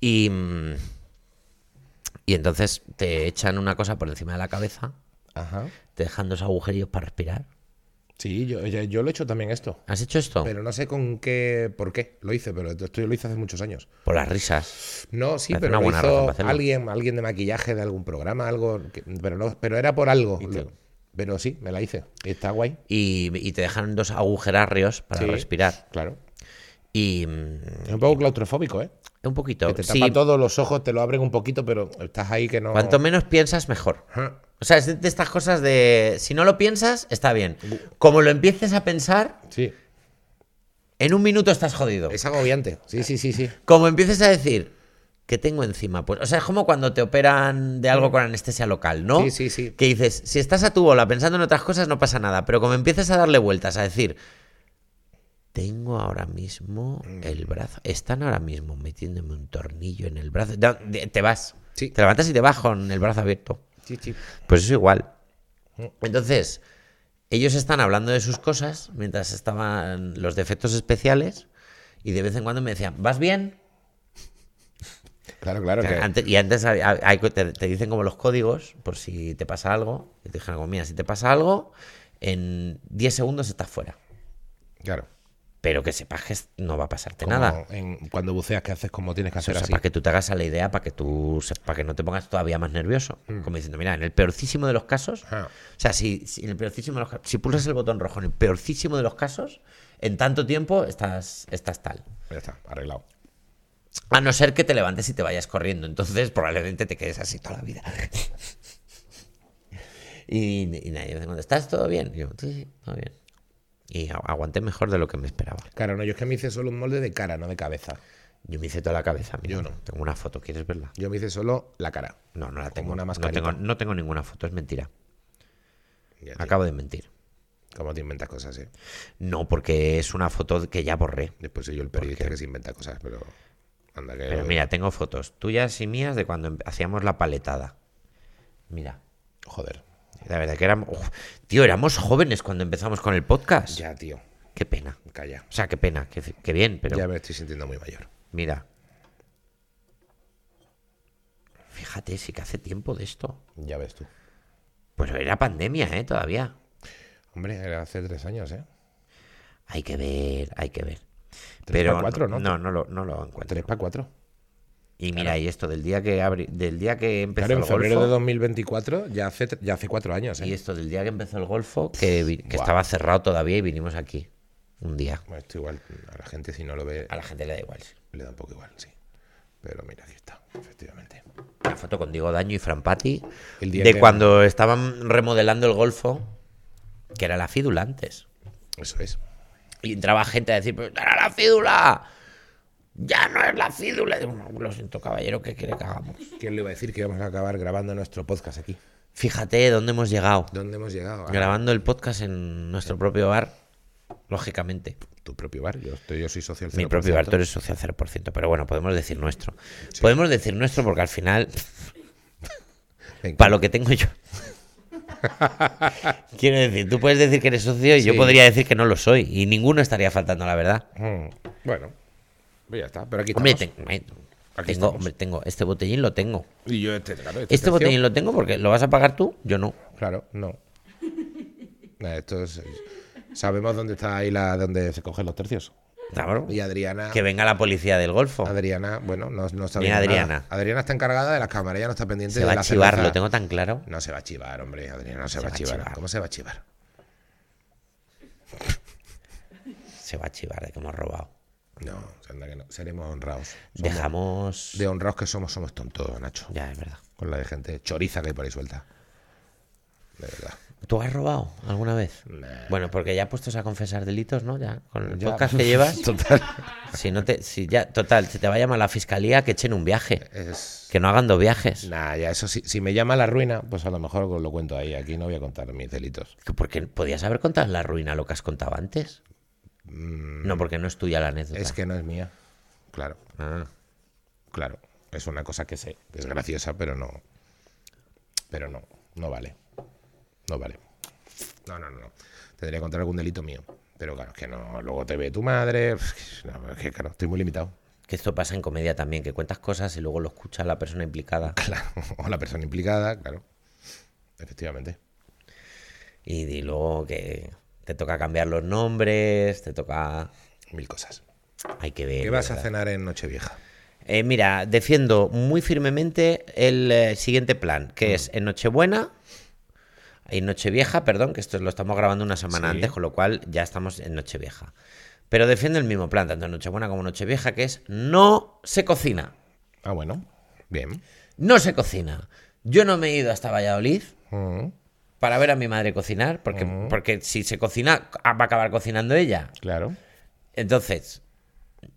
[SPEAKER 1] Y, mm, y entonces te echan una cosa por encima de la cabeza,
[SPEAKER 2] Ajá.
[SPEAKER 1] te dejan dos agujerillos para respirar.
[SPEAKER 2] Sí, yo, yo, yo lo he hecho también esto.
[SPEAKER 1] ¿Has hecho esto?
[SPEAKER 2] Pero no sé con qué, por qué lo hice, pero esto yo lo hice hace muchos años.
[SPEAKER 1] Por las risas.
[SPEAKER 2] No, sí,
[SPEAKER 1] Parece una
[SPEAKER 2] pero lo
[SPEAKER 1] buena razón
[SPEAKER 2] hizo
[SPEAKER 1] para hacerlo.
[SPEAKER 2] alguien, alguien de maquillaje de algún programa, algo, que- pero no, pero era por algo.
[SPEAKER 1] te-
[SPEAKER 2] Lo- pero sí, me la hice. Está guay.
[SPEAKER 1] Y, y te dejan dos agujerarrios para
[SPEAKER 2] Sí,
[SPEAKER 1] respirar.
[SPEAKER 2] Claro.
[SPEAKER 1] Y mm,
[SPEAKER 2] Es un poco claustrofóbico, ¿eh?
[SPEAKER 1] un poquito.
[SPEAKER 2] Que te
[SPEAKER 1] sí,
[SPEAKER 2] tapa todos los ojos, te lo abren un poquito, pero estás ahí que no.
[SPEAKER 1] cuanto menos piensas, mejor.
[SPEAKER 2] Ajá.
[SPEAKER 1] O sea, es de, de estas cosas de. Si no lo piensas, está bien. Como lo empieces a pensar,
[SPEAKER 2] Sí.
[SPEAKER 1] en un minuto estás jodido.
[SPEAKER 2] Es agobiante. Sí, sí, sí, sí.
[SPEAKER 1] Como empieces a decir. ¿Qué tengo encima? Pues, o sea, es como cuando te operan de algo con anestesia local, ¿no?
[SPEAKER 2] Sí, sí, sí.
[SPEAKER 1] Que dices, si estás a tu bola pensando en otras cosas, no pasa nada. Pero como empiezas a darle vueltas, a decir, tengo ahora mismo
[SPEAKER 2] Mm.
[SPEAKER 1] el brazo. Están ahora mismo metiéndome un tornillo en el brazo. Da- de- Te vas.
[SPEAKER 2] Sí.
[SPEAKER 1] Te levantas y te vas con el brazo abierto.
[SPEAKER 2] Sí, sí.
[SPEAKER 1] Pues eso igual. Entonces, ellos están hablando de sus cosas mientras estaban los defectos especiales y de vez en cuando me decían, ¿vas bien?
[SPEAKER 2] Claro, claro. que-
[SPEAKER 1] Antes- y antes hay- hay- te, te dicen como los códigos por si te pasa algo. Y te dicen, como, mira, si te pasa algo, en 10 segundos estás fuera.
[SPEAKER 2] claro.
[SPEAKER 1] Pero que sepas que es- no va a pasarte
[SPEAKER 2] Como
[SPEAKER 1] nada.
[SPEAKER 2] en- cuando buceas, ¿qué haces? ¿Cómo tienes
[SPEAKER 1] O
[SPEAKER 2] que hacer
[SPEAKER 1] sea,
[SPEAKER 2] así?
[SPEAKER 1] para que tú te hagas a la idea, para que tú se- para que no te pongas todavía más nervioso. Como diciendo, mira, en el peorcísimo de los casos,
[SPEAKER 2] Ajá.
[SPEAKER 1] o sea, si, si en el peorcísimo de los ca- si pulsas el botón rojo en el peorcísimo de los casos, en tanto tiempo estás, estás tal.
[SPEAKER 2] Ya está, arreglado.
[SPEAKER 1] A no ser que te levantes y te vayas corriendo, entonces probablemente te quedes así toda la vida. y, y nadie me cuando ¿estás todo bien? Y yo, sí, sí, todo bien. Y agu- aguanté mejor de lo que me esperaba.
[SPEAKER 2] Claro, no, yo es que me hice solo un molde de cara, no de cabeza.
[SPEAKER 1] Yo me hice toda la cabeza. mira.
[SPEAKER 2] Yo no.
[SPEAKER 1] Tengo una foto, ¿quieres verla?
[SPEAKER 2] Yo me hice solo la cara.
[SPEAKER 1] No, no la tengo.
[SPEAKER 2] Como una
[SPEAKER 1] No
[SPEAKER 2] mascarita.
[SPEAKER 1] tengo- no tengo ninguna foto, es mentira.
[SPEAKER 2] Ya, tío,
[SPEAKER 1] Acabo de mentir.
[SPEAKER 2] ¿Cómo te inventas cosas, eh?
[SPEAKER 1] No, porque es una foto que ya borré.
[SPEAKER 2] Después soy yo el periodista que se inventa cosas, pero. Anda que.
[SPEAKER 1] Pero mira, tengo fotos tuyas y mías de cuando em- hacíamos la paletada. Mira,
[SPEAKER 2] Joder.
[SPEAKER 1] la verdad que éramos... uf, tío, éramos jóvenes cuando empezamos con el podcast.
[SPEAKER 2] Ya, tío.
[SPEAKER 1] Qué pena.
[SPEAKER 2] Calla.
[SPEAKER 1] O sea, qué pena, qué, qué bien, pero
[SPEAKER 2] Ya me estoy sintiendo muy mayor.
[SPEAKER 1] mira. Fíjate, sí que hace tiempo de esto.
[SPEAKER 2] Ya ves tú.
[SPEAKER 1] Pues era pandemia, ¿eh? Todavía.
[SPEAKER 2] Hombre, era hace tres años, ¿eh?
[SPEAKER 1] Hay que ver, hay que ver.
[SPEAKER 2] Tres pa' cuatro, ¿no?
[SPEAKER 1] No, no lo, no lo encuentro.
[SPEAKER 2] Tres para cuatro.
[SPEAKER 1] Y mira, y esto del día que abri- del día que empezó
[SPEAKER 2] Claro, en
[SPEAKER 1] el
[SPEAKER 2] febrero
[SPEAKER 1] golfo,
[SPEAKER 2] de 2024 ya hace, tre- ya hace cuatro años,
[SPEAKER 1] y
[SPEAKER 2] ¿eh?
[SPEAKER 1] esto del día que empezó el golfo, que, vi- que
[SPEAKER 2] Buah.
[SPEAKER 1] estaba cerrado todavía y vinimos aquí un día.
[SPEAKER 2] Bueno, esto igual, a la gente si no lo ve,
[SPEAKER 1] A la gente le da igual. sí.
[SPEAKER 2] le da un poco igual, sí. Pero mira, aquí está, efectivamente.
[SPEAKER 1] La foto con Diego Daño y Fran Patti
[SPEAKER 2] El día
[SPEAKER 1] de
[SPEAKER 2] que-
[SPEAKER 1] cuando estaban remodelando el golfo, que era la fídula antes.
[SPEAKER 2] Eso es.
[SPEAKER 1] Y entraba gente a decir, "Pero era la fídula. ya no es la cédula. Digo, "No, lo siento, caballero, ¿qué quiere que hagamos?
[SPEAKER 2] ¿Quién le iba a decir que íbamos a acabar grabando nuestro podcast aquí?
[SPEAKER 1] Fíjate dónde hemos llegado.
[SPEAKER 2] ¿Dónde hemos llegado? A
[SPEAKER 1] Grabando el podcast en nuestro propio bar, lógicamente.
[SPEAKER 2] Ah, tu propio bar. Yo, estoy, yo soy social.
[SPEAKER 1] Mi
[SPEAKER 2] 0%.
[SPEAKER 1] propio bar, tú eres social 0%, pero bueno, podemos decir nuestro. Podemos decir nuestro porque al final,
[SPEAKER 2] Venga.
[SPEAKER 1] para lo que tengo yo. Quiero decir, tú puedes decir que eres socio y yo
[SPEAKER 2] Sí.
[SPEAKER 1] podría decir que no lo soy. Y ninguno estaría faltando a la verdad.
[SPEAKER 2] Mm, Bueno, pues ya está. Pero aquí
[SPEAKER 1] Hombre,
[SPEAKER 2] estamos.
[SPEAKER 1] ten- eh,
[SPEAKER 2] Aquí
[SPEAKER 1] tengo,
[SPEAKER 2] estamos.
[SPEAKER 1] hombre, tengo. Este botellín lo tengo.
[SPEAKER 2] Y yo este, claro, este
[SPEAKER 1] Este
[SPEAKER 2] precio,
[SPEAKER 1] botellín lo tengo porque lo vas a pagar tú, yo no.
[SPEAKER 2] Claro, no. Nah, Esto es- Sabemos dónde está ahí la donde se cogen los tercios.
[SPEAKER 1] Claro.
[SPEAKER 2] Y Adriana.
[SPEAKER 1] Que venga la policía del Golfo.
[SPEAKER 2] Adriana, bueno, no, no sabía
[SPEAKER 1] Mira,
[SPEAKER 2] nada.
[SPEAKER 1] Adriana.
[SPEAKER 2] Adriana está encargada de las cámaras, ella no está pendiente
[SPEAKER 1] Se
[SPEAKER 2] de
[SPEAKER 1] va
[SPEAKER 2] la
[SPEAKER 1] a chivar,
[SPEAKER 2] cerveza.
[SPEAKER 1] lo tengo tan claro.
[SPEAKER 2] No se va a chivar, hombre, Adriana, no se, va, a chivar. ¿Cómo se va a chivar?
[SPEAKER 1] Se va a chivar de que hemos robado.
[SPEAKER 2] No, anda que no. Seremos honrados.
[SPEAKER 1] Dejamos.
[SPEAKER 2] De honrados que somos, somos tontos, Nacho.
[SPEAKER 1] Ya, es verdad.
[SPEAKER 2] Con la de gente choriza que hay por ahí suelta. De verdad.
[SPEAKER 1] ¿Tú has robado alguna vez?
[SPEAKER 2] Nah.
[SPEAKER 1] Bueno, porque ya puestos a confesar delitos, ¿no? Ya, con el
[SPEAKER 2] Ya.
[SPEAKER 1] podcast que llevas.
[SPEAKER 2] Total.
[SPEAKER 1] Si no te, si ya, total, si te va a llamar la fiscalía que echen un viaje.
[SPEAKER 2] Es.
[SPEAKER 1] Que no hagan dos viajes.
[SPEAKER 2] Nah, ya eso sí. Si me llama la ruina, pues a lo mejor os lo cuento ahí. Aquí no voy a contar mis delitos.
[SPEAKER 1] Que Porque podías haber contado en la ruina lo que has contado antes. No, porque no es tuya la anécdota.
[SPEAKER 2] Mm, Es que no es mía. Claro,
[SPEAKER 1] Ah,
[SPEAKER 2] claro. Es una cosa que sé. que Es graciosa, pero no. Pero no. No vale. No vale. No, no, no. no. Tendría que contar algún delito mío. Pero claro, es que no. Luego te ve tu madre. No, es que claro, estoy muy limitado.
[SPEAKER 1] que esto pasa en comedia también, que cuentas cosas y luego lo escucha la persona implicada.
[SPEAKER 2] Claro. O la persona implicada, claro. Efectivamente.
[SPEAKER 1] Y, y luego que te toca cambiar los nombres, te toca.
[SPEAKER 2] Mil cosas.
[SPEAKER 1] Hay que ver.
[SPEAKER 2] ¿Qué vas
[SPEAKER 1] ¿verdad?
[SPEAKER 2] a cenar en Nochevieja?
[SPEAKER 1] Eh, mira, defiendo muy firmemente el eh, siguiente plan, que es en Nochebuena, en Nochevieja, perdón, que esto lo estamos grabando una semana
[SPEAKER 2] Sí.
[SPEAKER 1] antes, con lo cual ya estamos en Nochevieja. Pero defiendo el mismo plan, tanto en Nochebuena como en Nochevieja, que es no se cocina.
[SPEAKER 2] Ah, bueno. Bien.
[SPEAKER 1] No se cocina. Yo no me he ido hasta Valladolid
[SPEAKER 2] Mm,
[SPEAKER 1] para ver a mi madre cocinar, porque, porque si se cocina, ah, va a acabar cocinando ella.
[SPEAKER 2] claro.
[SPEAKER 1] Entonces,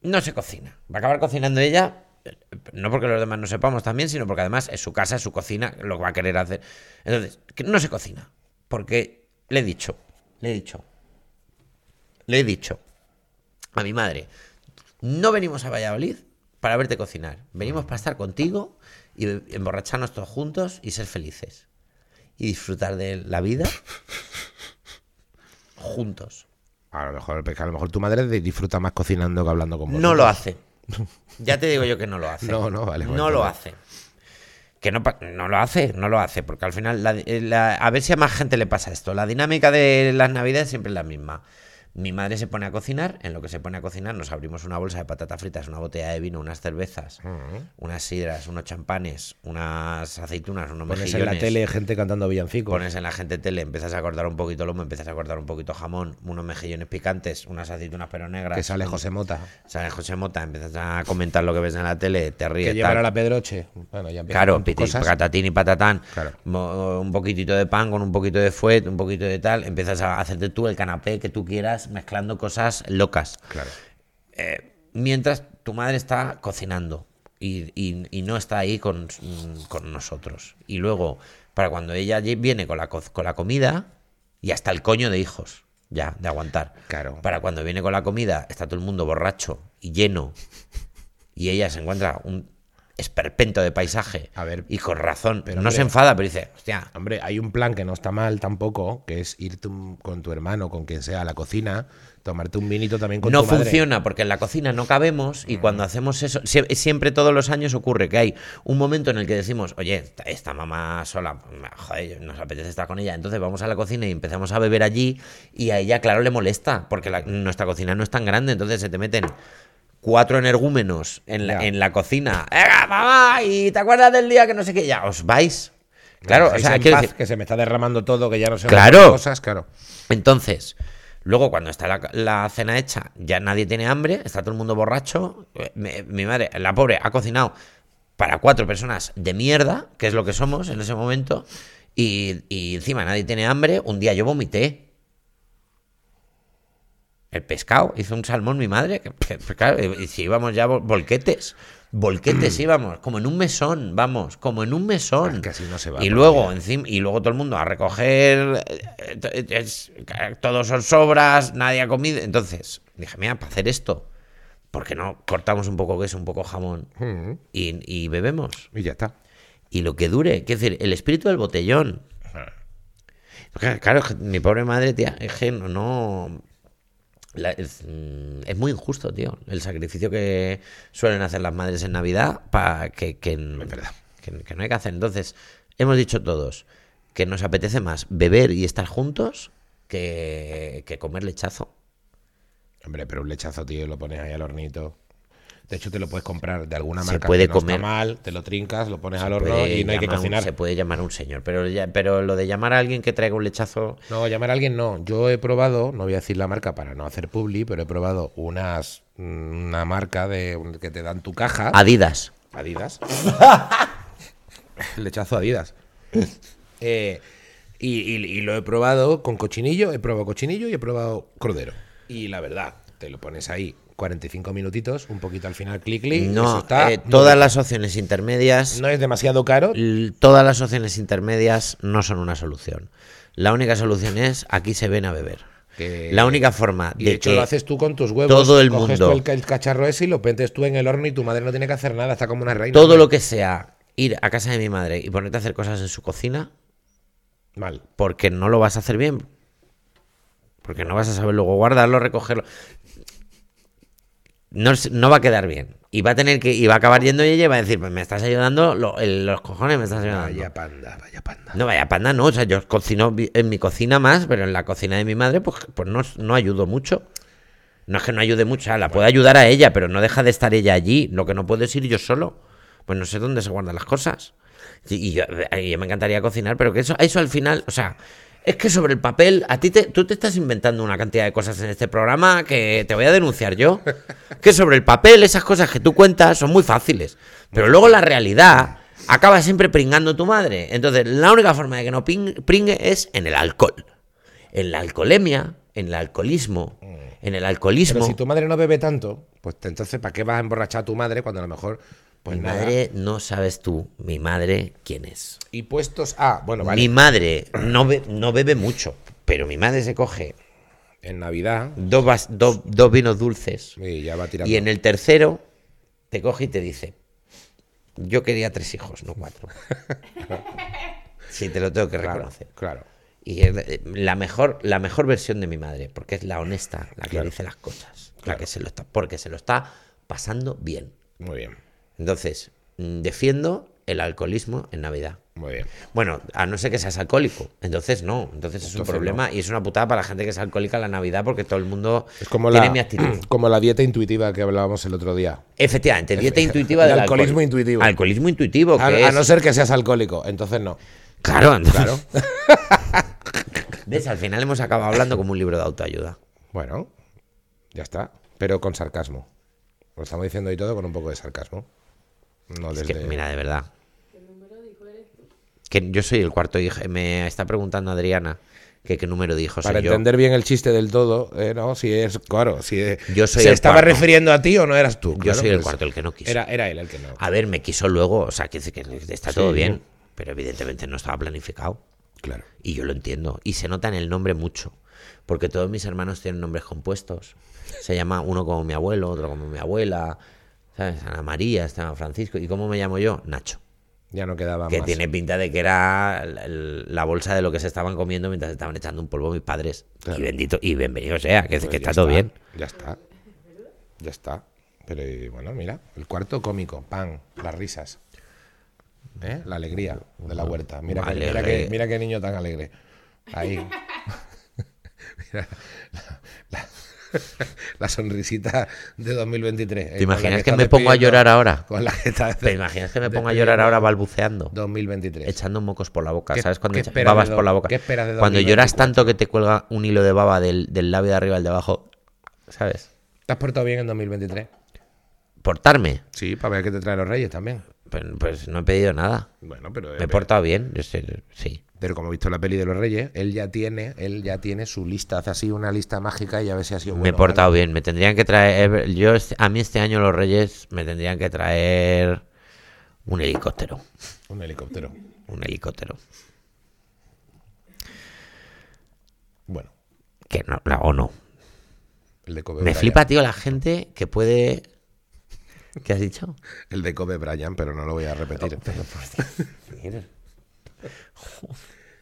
[SPEAKER 1] no se cocina. Va a acabar cocinando ella, eh, no porque los demás no sepamos también, sino porque además es su casa, es su cocina, lo que va a querer hacer. Entonces, que no se cocina. Porque le he dicho, le he dicho, le he dicho a mi madre, no venimos a Valladolid para verte cocinar. Venimos para estar contigo y be- emborracharnos todos juntos y ser felices. Y disfrutar de la vida juntos.
[SPEAKER 2] A lo mejor, porque a lo mejor tu madre de- disfruta más cocinando que hablando con vos.
[SPEAKER 1] No lo hace. Ya te digo yo que no lo hace.
[SPEAKER 2] No, no, vale,
[SPEAKER 1] No
[SPEAKER 2] bueno,
[SPEAKER 1] lo
[SPEAKER 2] vale.
[SPEAKER 1] hace. Que no, pa- no lo hace, no lo hace, porque al final, la- eh, la- a ver si a más gente le pasa esto. La dinámica de las navidades siempre es la misma. Mi madre se pone a cocinar, en lo que se pone a cocinar nos abrimos una bolsa de patatas fritas, una botella de vino, unas cervezas, unas sidras, unos champanes, unas aceitunas, unos
[SPEAKER 2] Pones en
[SPEAKER 1] mejillones
[SPEAKER 2] la tele gente cantando villancicos.
[SPEAKER 1] pones en la gente tele, empiezas a cortar un poquito lomo, empiezas a cortar un poquito jamón, unos mejillones picantes, unas aceitunas pero negras.
[SPEAKER 2] Que sale
[SPEAKER 1] un-
[SPEAKER 2] José Mota.
[SPEAKER 1] Sale José Mota, empiezas a comentar lo que ves en la tele, te
[SPEAKER 2] Que
[SPEAKER 1] ríes.
[SPEAKER 2] llevará
[SPEAKER 1] tal.
[SPEAKER 2] la Pedroche. Bueno, ya empieza
[SPEAKER 1] Claro,
[SPEAKER 2] con tus
[SPEAKER 1] piti-
[SPEAKER 2] cosas.
[SPEAKER 1] patatín y patatán,
[SPEAKER 2] Claro.
[SPEAKER 1] mo- un poquitito de pan con un poquito de fuet, un poquito de tal, empiezas a hacerte tú el canapé que tú quieras mezclando cosas locas.
[SPEAKER 2] Claro.
[SPEAKER 1] Eh, mientras tu madre está cocinando y, y- y no está ahí con, mm, con nosotros. Y luego, para cuando ella lle- viene con la, co- con la comida, y hasta el coño de hijos, ya, de aguantar.
[SPEAKER 2] Claro.
[SPEAKER 1] Para cuando viene con la comida, está todo el mundo borracho y lleno, y ella se encuentra un esperpento de paisaje.
[SPEAKER 2] A ver,
[SPEAKER 1] y con razón,
[SPEAKER 2] pero
[SPEAKER 1] no se
[SPEAKER 2] hombre.
[SPEAKER 1] enfada, pero dice, hostia,
[SPEAKER 2] Hombre, hay un plan que no está mal tampoco, que es irte un- con tu hermano, con quien sea, a la cocina, tomarte un vinito también con
[SPEAKER 1] no
[SPEAKER 2] tu madre.
[SPEAKER 1] funciona porque en la cocina no cabemos y cuando hacemos eso, sie- siempre todos los años ocurre que hay un momento en el que decimos, oye, esta, esta mamá sola, mm, joder, nos apetece estar con ella, entonces vamos a la cocina y empezamos a beber allí y a ella, claro, le molesta porque la- nuestra cocina no es tan grande, entonces se te meten cuatro energúmenos en la,
[SPEAKER 2] Ya.
[SPEAKER 1] en la cocina, ¡Venga, mamá! ¿Y te acuerdas del día que no sé qué? Ya, os vais. Claro, o
[SPEAKER 2] Estáis
[SPEAKER 1] sea,
[SPEAKER 2] en
[SPEAKER 1] quiero
[SPEAKER 2] paz,
[SPEAKER 1] decir-
[SPEAKER 2] que se me está derramando todo, que ya no sé
[SPEAKER 1] Claro.
[SPEAKER 2] hacer cosas, claro.
[SPEAKER 1] entonces, luego cuando está la, la cena hecha, ya nadie tiene hambre, está todo el mundo borracho. eh, me- mi madre, la pobre, ha cocinado para cuatro personas de mierda, que es lo que somos en ese momento, y, y encima nadie tiene hambre. Un día yo vomité. El pescado, hizo un salmón mi madre, que, que- que claro, y si íbamos ya vol- volquetes, volquetes íbamos, como en un mesón, vamos, como en un mesón.
[SPEAKER 2] Es que así Ah, no se va
[SPEAKER 1] y
[SPEAKER 2] por
[SPEAKER 1] luego, encima, y luego todo el mundo a recoger, eh, eh, es- eh, todos son sobras, nadie ha comido. Entonces, dije, mira, para hacer esto, ¿por qué no cortamos un poco queso, un poco jamón
[SPEAKER 2] Mm,
[SPEAKER 1] y, y bebemos?
[SPEAKER 2] Y ya está.
[SPEAKER 1] y lo que dure. Quiero decir, el espíritu del botellón.
[SPEAKER 2] Ah.
[SPEAKER 1] Porque, Claro, es que mi pobre madre, tía, es que no- no. la- es, mm, es muy injusto, tío. El sacrificio que suelen hacer las madres en Navidad para que, que, que- que no hay que hacer. Entonces, hemos dicho todos que nos apetece más beber y estar juntos que, que comer lechazo.
[SPEAKER 2] Hombre, pero un lechazo, tío, lo pones ahí al hornito. De hecho, te lo puedes comprar de alguna
[SPEAKER 1] Se
[SPEAKER 2] marca
[SPEAKER 1] puede
[SPEAKER 2] que no está
[SPEAKER 1] comer.
[SPEAKER 2] mal, te lo trincas, lo pones al horno
[SPEAKER 1] Puede
[SPEAKER 2] y no hay que
[SPEAKER 1] llamar un-
[SPEAKER 2] cocinar.
[SPEAKER 1] se puede llamar a un señor, pero, ya- pero lo de llamar a alguien que traiga un lechazo.
[SPEAKER 2] No, llamar a alguien no. Yo he probado, no voy a decir la marca para no hacer publi, pero he probado unas mm, una marca de que te dan tu caja.
[SPEAKER 1] Adidas.
[SPEAKER 2] Adidas. Lechazo Adidas. Eh, y, y- y lo he probado con cochinillo, he probado cochinillo y he probado cordero. Y la verdad, te lo pones ahí 45 minutitos, un poquito al final, clic, clic. eso
[SPEAKER 1] No,
[SPEAKER 2] está
[SPEAKER 1] eh,
[SPEAKER 2] muy
[SPEAKER 1] todas las opciones intermedias,
[SPEAKER 2] No es demasiado caro.
[SPEAKER 1] l- todas las opciones intermedias no son una solución. La única solución es aquí se ven a beber.
[SPEAKER 2] Que-
[SPEAKER 1] La única forma
[SPEAKER 2] Eh, Y de
[SPEAKER 1] de
[SPEAKER 2] hecho
[SPEAKER 1] que
[SPEAKER 2] lo haces tú con tus huevos.
[SPEAKER 1] todo el
[SPEAKER 2] coges
[SPEAKER 1] mundo-
[SPEAKER 2] tú el, ca- el cacharro ese y lo pentes tú en el horno y tu madre no tiene que hacer nada, está como una reina.
[SPEAKER 1] todo lo que sea ir a casa de mi madre y ponerte a hacer cosas en su cocina,
[SPEAKER 2] Mal.
[SPEAKER 1] porque no lo vas a hacer bien. Porque no vas a saber luego guardarlo, recogerlo. No, se- no va a quedar bien. Y va a tener que, y va a acabar yendo y ella y va a decir, me estás ayudando, lo- el- los cojones me
[SPEAKER 2] Ah,
[SPEAKER 1] estás ayudando.
[SPEAKER 2] Vaya panda, vaya panda.
[SPEAKER 1] No, vaya panda, no. O sea, yo cocino vi- en mi cocina más, pero en la cocina de mi madre, pues, pues no, no ayudo mucho. No es que no ayude mucho, o sea, la puedo ayudar a ella, pero no deja de estar ella allí. Lo que no puedo es ir yo solo. Pues no sé dónde se guardan las cosas. Y, y yo, eh, y yo me encantaría cocinar, pero que eso, eso al final, o sea, es que sobre el papel, a ti te, tú te estás inventando una cantidad de cosas en este programa que te voy a denunciar yo. Que sobre el papel, esas cosas que tú cuentas son muy fáciles. Pero luego la realidad acaba siempre pringando tu madre. Entonces, la única forma de que no pin- pringue es en el alcohol. En la alcoholemia, en el alcoholismo, en el alcoholismo.
[SPEAKER 2] Pero si tu madre no bebe tanto, pues te- entonces ¿para qué vas a emborrachar a tu madre cuando a lo mejor pues
[SPEAKER 1] Mi
[SPEAKER 2] nada?
[SPEAKER 1] madre, no sabes tú, mi madre, quién es.
[SPEAKER 2] Y puestos a, bueno, vale,
[SPEAKER 1] Mi madre no, be- no bebe mucho, pero mi madre se coge
[SPEAKER 2] en Navidad
[SPEAKER 1] dos, vas- dos- dos vinos dulces
[SPEAKER 2] y ya va tirando.
[SPEAKER 1] y en el tercero te coge y te dice, yo quería tres hijos, no cuatro. Sí, te lo tengo que
[SPEAKER 2] claro,
[SPEAKER 1] reconocer.
[SPEAKER 2] claro.
[SPEAKER 1] Y es eh, la mejor, la mejor versión de mi madre, porque es la honesta, la que
[SPEAKER 2] Claro.
[SPEAKER 1] dice las cosas, la
[SPEAKER 2] Claro.
[SPEAKER 1] que se lo está, porque se lo está pasando bien.
[SPEAKER 2] Muy bien.
[SPEAKER 1] Entonces, mm, defiendo el alcoholismo en Navidad.
[SPEAKER 2] Muy bien.
[SPEAKER 1] Bueno, a no ser que seas alcohólico. Entonces no, entonces es un
[SPEAKER 2] Entonces
[SPEAKER 1] problema y es una putada para la gente que es alcohólica la Navidad porque todo el mundo
[SPEAKER 2] Es como
[SPEAKER 1] tiene
[SPEAKER 2] la,
[SPEAKER 1] mi actitud.
[SPEAKER 2] como la dieta intuitiva que hablábamos el otro día.
[SPEAKER 1] Efectivamente, dieta
[SPEAKER 2] Efe-
[SPEAKER 1] intuitiva
[SPEAKER 2] el
[SPEAKER 1] del
[SPEAKER 2] alcoholismo intuitivo.
[SPEAKER 1] Alcoholismo intuitivo, que
[SPEAKER 2] A, a
[SPEAKER 1] es-
[SPEAKER 2] no ser que seas alcohólico, entonces no.
[SPEAKER 1] Claro,
[SPEAKER 2] Claro.
[SPEAKER 1] claro. ¿Ves? Al final hemos acabado hablando como un libro de autoayuda.
[SPEAKER 2] Bueno, ya está. Pero con sarcasmo. Lo estamos diciendo y todo con un poco de sarcasmo. No
[SPEAKER 1] Es
[SPEAKER 2] desde...
[SPEAKER 1] que, mira, de verdad. Que yo soy el cuarto hijo. Me está preguntando Adriana que qué número dijo soy
[SPEAKER 2] Para
[SPEAKER 1] Pues yo.
[SPEAKER 2] entender bien el chiste del todo, eh, ¿no? Si es, claro, si
[SPEAKER 1] Yo soy
[SPEAKER 2] se
[SPEAKER 1] el
[SPEAKER 2] estaba
[SPEAKER 1] cuarto.
[SPEAKER 2] refiriendo a ti o no eras tú.
[SPEAKER 1] Yo
[SPEAKER 2] claro,
[SPEAKER 1] soy el
[SPEAKER 2] pues,
[SPEAKER 1] cuarto, Ah, el que no quiso.
[SPEAKER 2] Era, era él el que no.
[SPEAKER 1] A ver, me quiso luego, o sea, que, que está
[SPEAKER 2] Sí.
[SPEAKER 1] todo bien, pero evidentemente no estaba planificado.
[SPEAKER 2] Claro.
[SPEAKER 1] Y yo lo entiendo. Y se nota en el nombre mucho. Porque todos mis hermanos tienen nombres compuestos. Se llama uno como mi abuelo, otro como mi abuela. ¿Sabes? Ana María, Esteban Francisco. ¿Y cómo me llamo yo? Nacho.
[SPEAKER 2] Ya no quedaba
[SPEAKER 1] Que
[SPEAKER 2] más.
[SPEAKER 1] tiene pinta de que era la, la bolsa de lo que se estaban comiendo mientras estaban echando un polvo mis padres.
[SPEAKER 2] Claro.
[SPEAKER 1] Y bendito, y bienvenido sea, que,
[SPEAKER 2] Pues
[SPEAKER 1] que
[SPEAKER 2] ya
[SPEAKER 1] está todo bien.
[SPEAKER 2] Ya está. Ya está. Pero y bueno, mira, el cuarto cómico, pan, las risas. ¿Eh? La alegría de la huerta. Mira, que- mira,
[SPEAKER 1] Alegre.
[SPEAKER 2] que, mira qué niño tan alegre. Ahí. Mira, la, la- la sonrisita de 2023. eh, con la
[SPEAKER 1] ¿Te imaginas que
[SPEAKER 2] está
[SPEAKER 1] me pongo a
[SPEAKER 2] despidiendo-
[SPEAKER 1] llorar ahora?
[SPEAKER 2] Con la que está
[SPEAKER 1] ¿Te imaginas que me pongo a llorar ahora balbuceando?
[SPEAKER 2] 2023.
[SPEAKER 1] echando mocos por la boca.
[SPEAKER 2] ¿Qué-
[SPEAKER 1] ¿Sabes cuando
[SPEAKER 2] qué
[SPEAKER 1] echas
[SPEAKER 2] esperas de
[SPEAKER 1] babas
[SPEAKER 2] do-
[SPEAKER 1] por la boca?
[SPEAKER 2] qué esperas de
[SPEAKER 1] cuando
[SPEAKER 2] 2024?
[SPEAKER 1] lloras tanto que te cuelga un hilo de baba del, del labio de arriba al de abajo, ¿sabes?
[SPEAKER 2] ¿Te has portado bien en 2023?
[SPEAKER 1] Portarme.
[SPEAKER 2] Sí, para ver qué te traen los reyes también.
[SPEAKER 1] Pues, pues no he pedido nada.
[SPEAKER 2] Bueno, pero...
[SPEAKER 1] Me he portado bien. yo sé- sí.
[SPEAKER 2] Pero como he visto la peli de los Reyes, él ya tiene, él ya tiene su lista, hace así una lista mágica y ya ve si ha sido bueno.
[SPEAKER 1] me he portado bien. Me tendrían que traer. Yo, este- a mí este año los Reyes me tendrían que traer un helicóptero.
[SPEAKER 2] Un helicóptero.
[SPEAKER 1] Un helicóptero.
[SPEAKER 2] Bueno,
[SPEAKER 1] Que no, la- o no.
[SPEAKER 2] el de Kobe
[SPEAKER 1] Me
[SPEAKER 2] Bryant.
[SPEAKER 1] flipa, tío, la gente que puede. ¿Qué has dicho?
[SPEAKER 2] El de Kobe Bryant, pero no lo voy a repetir.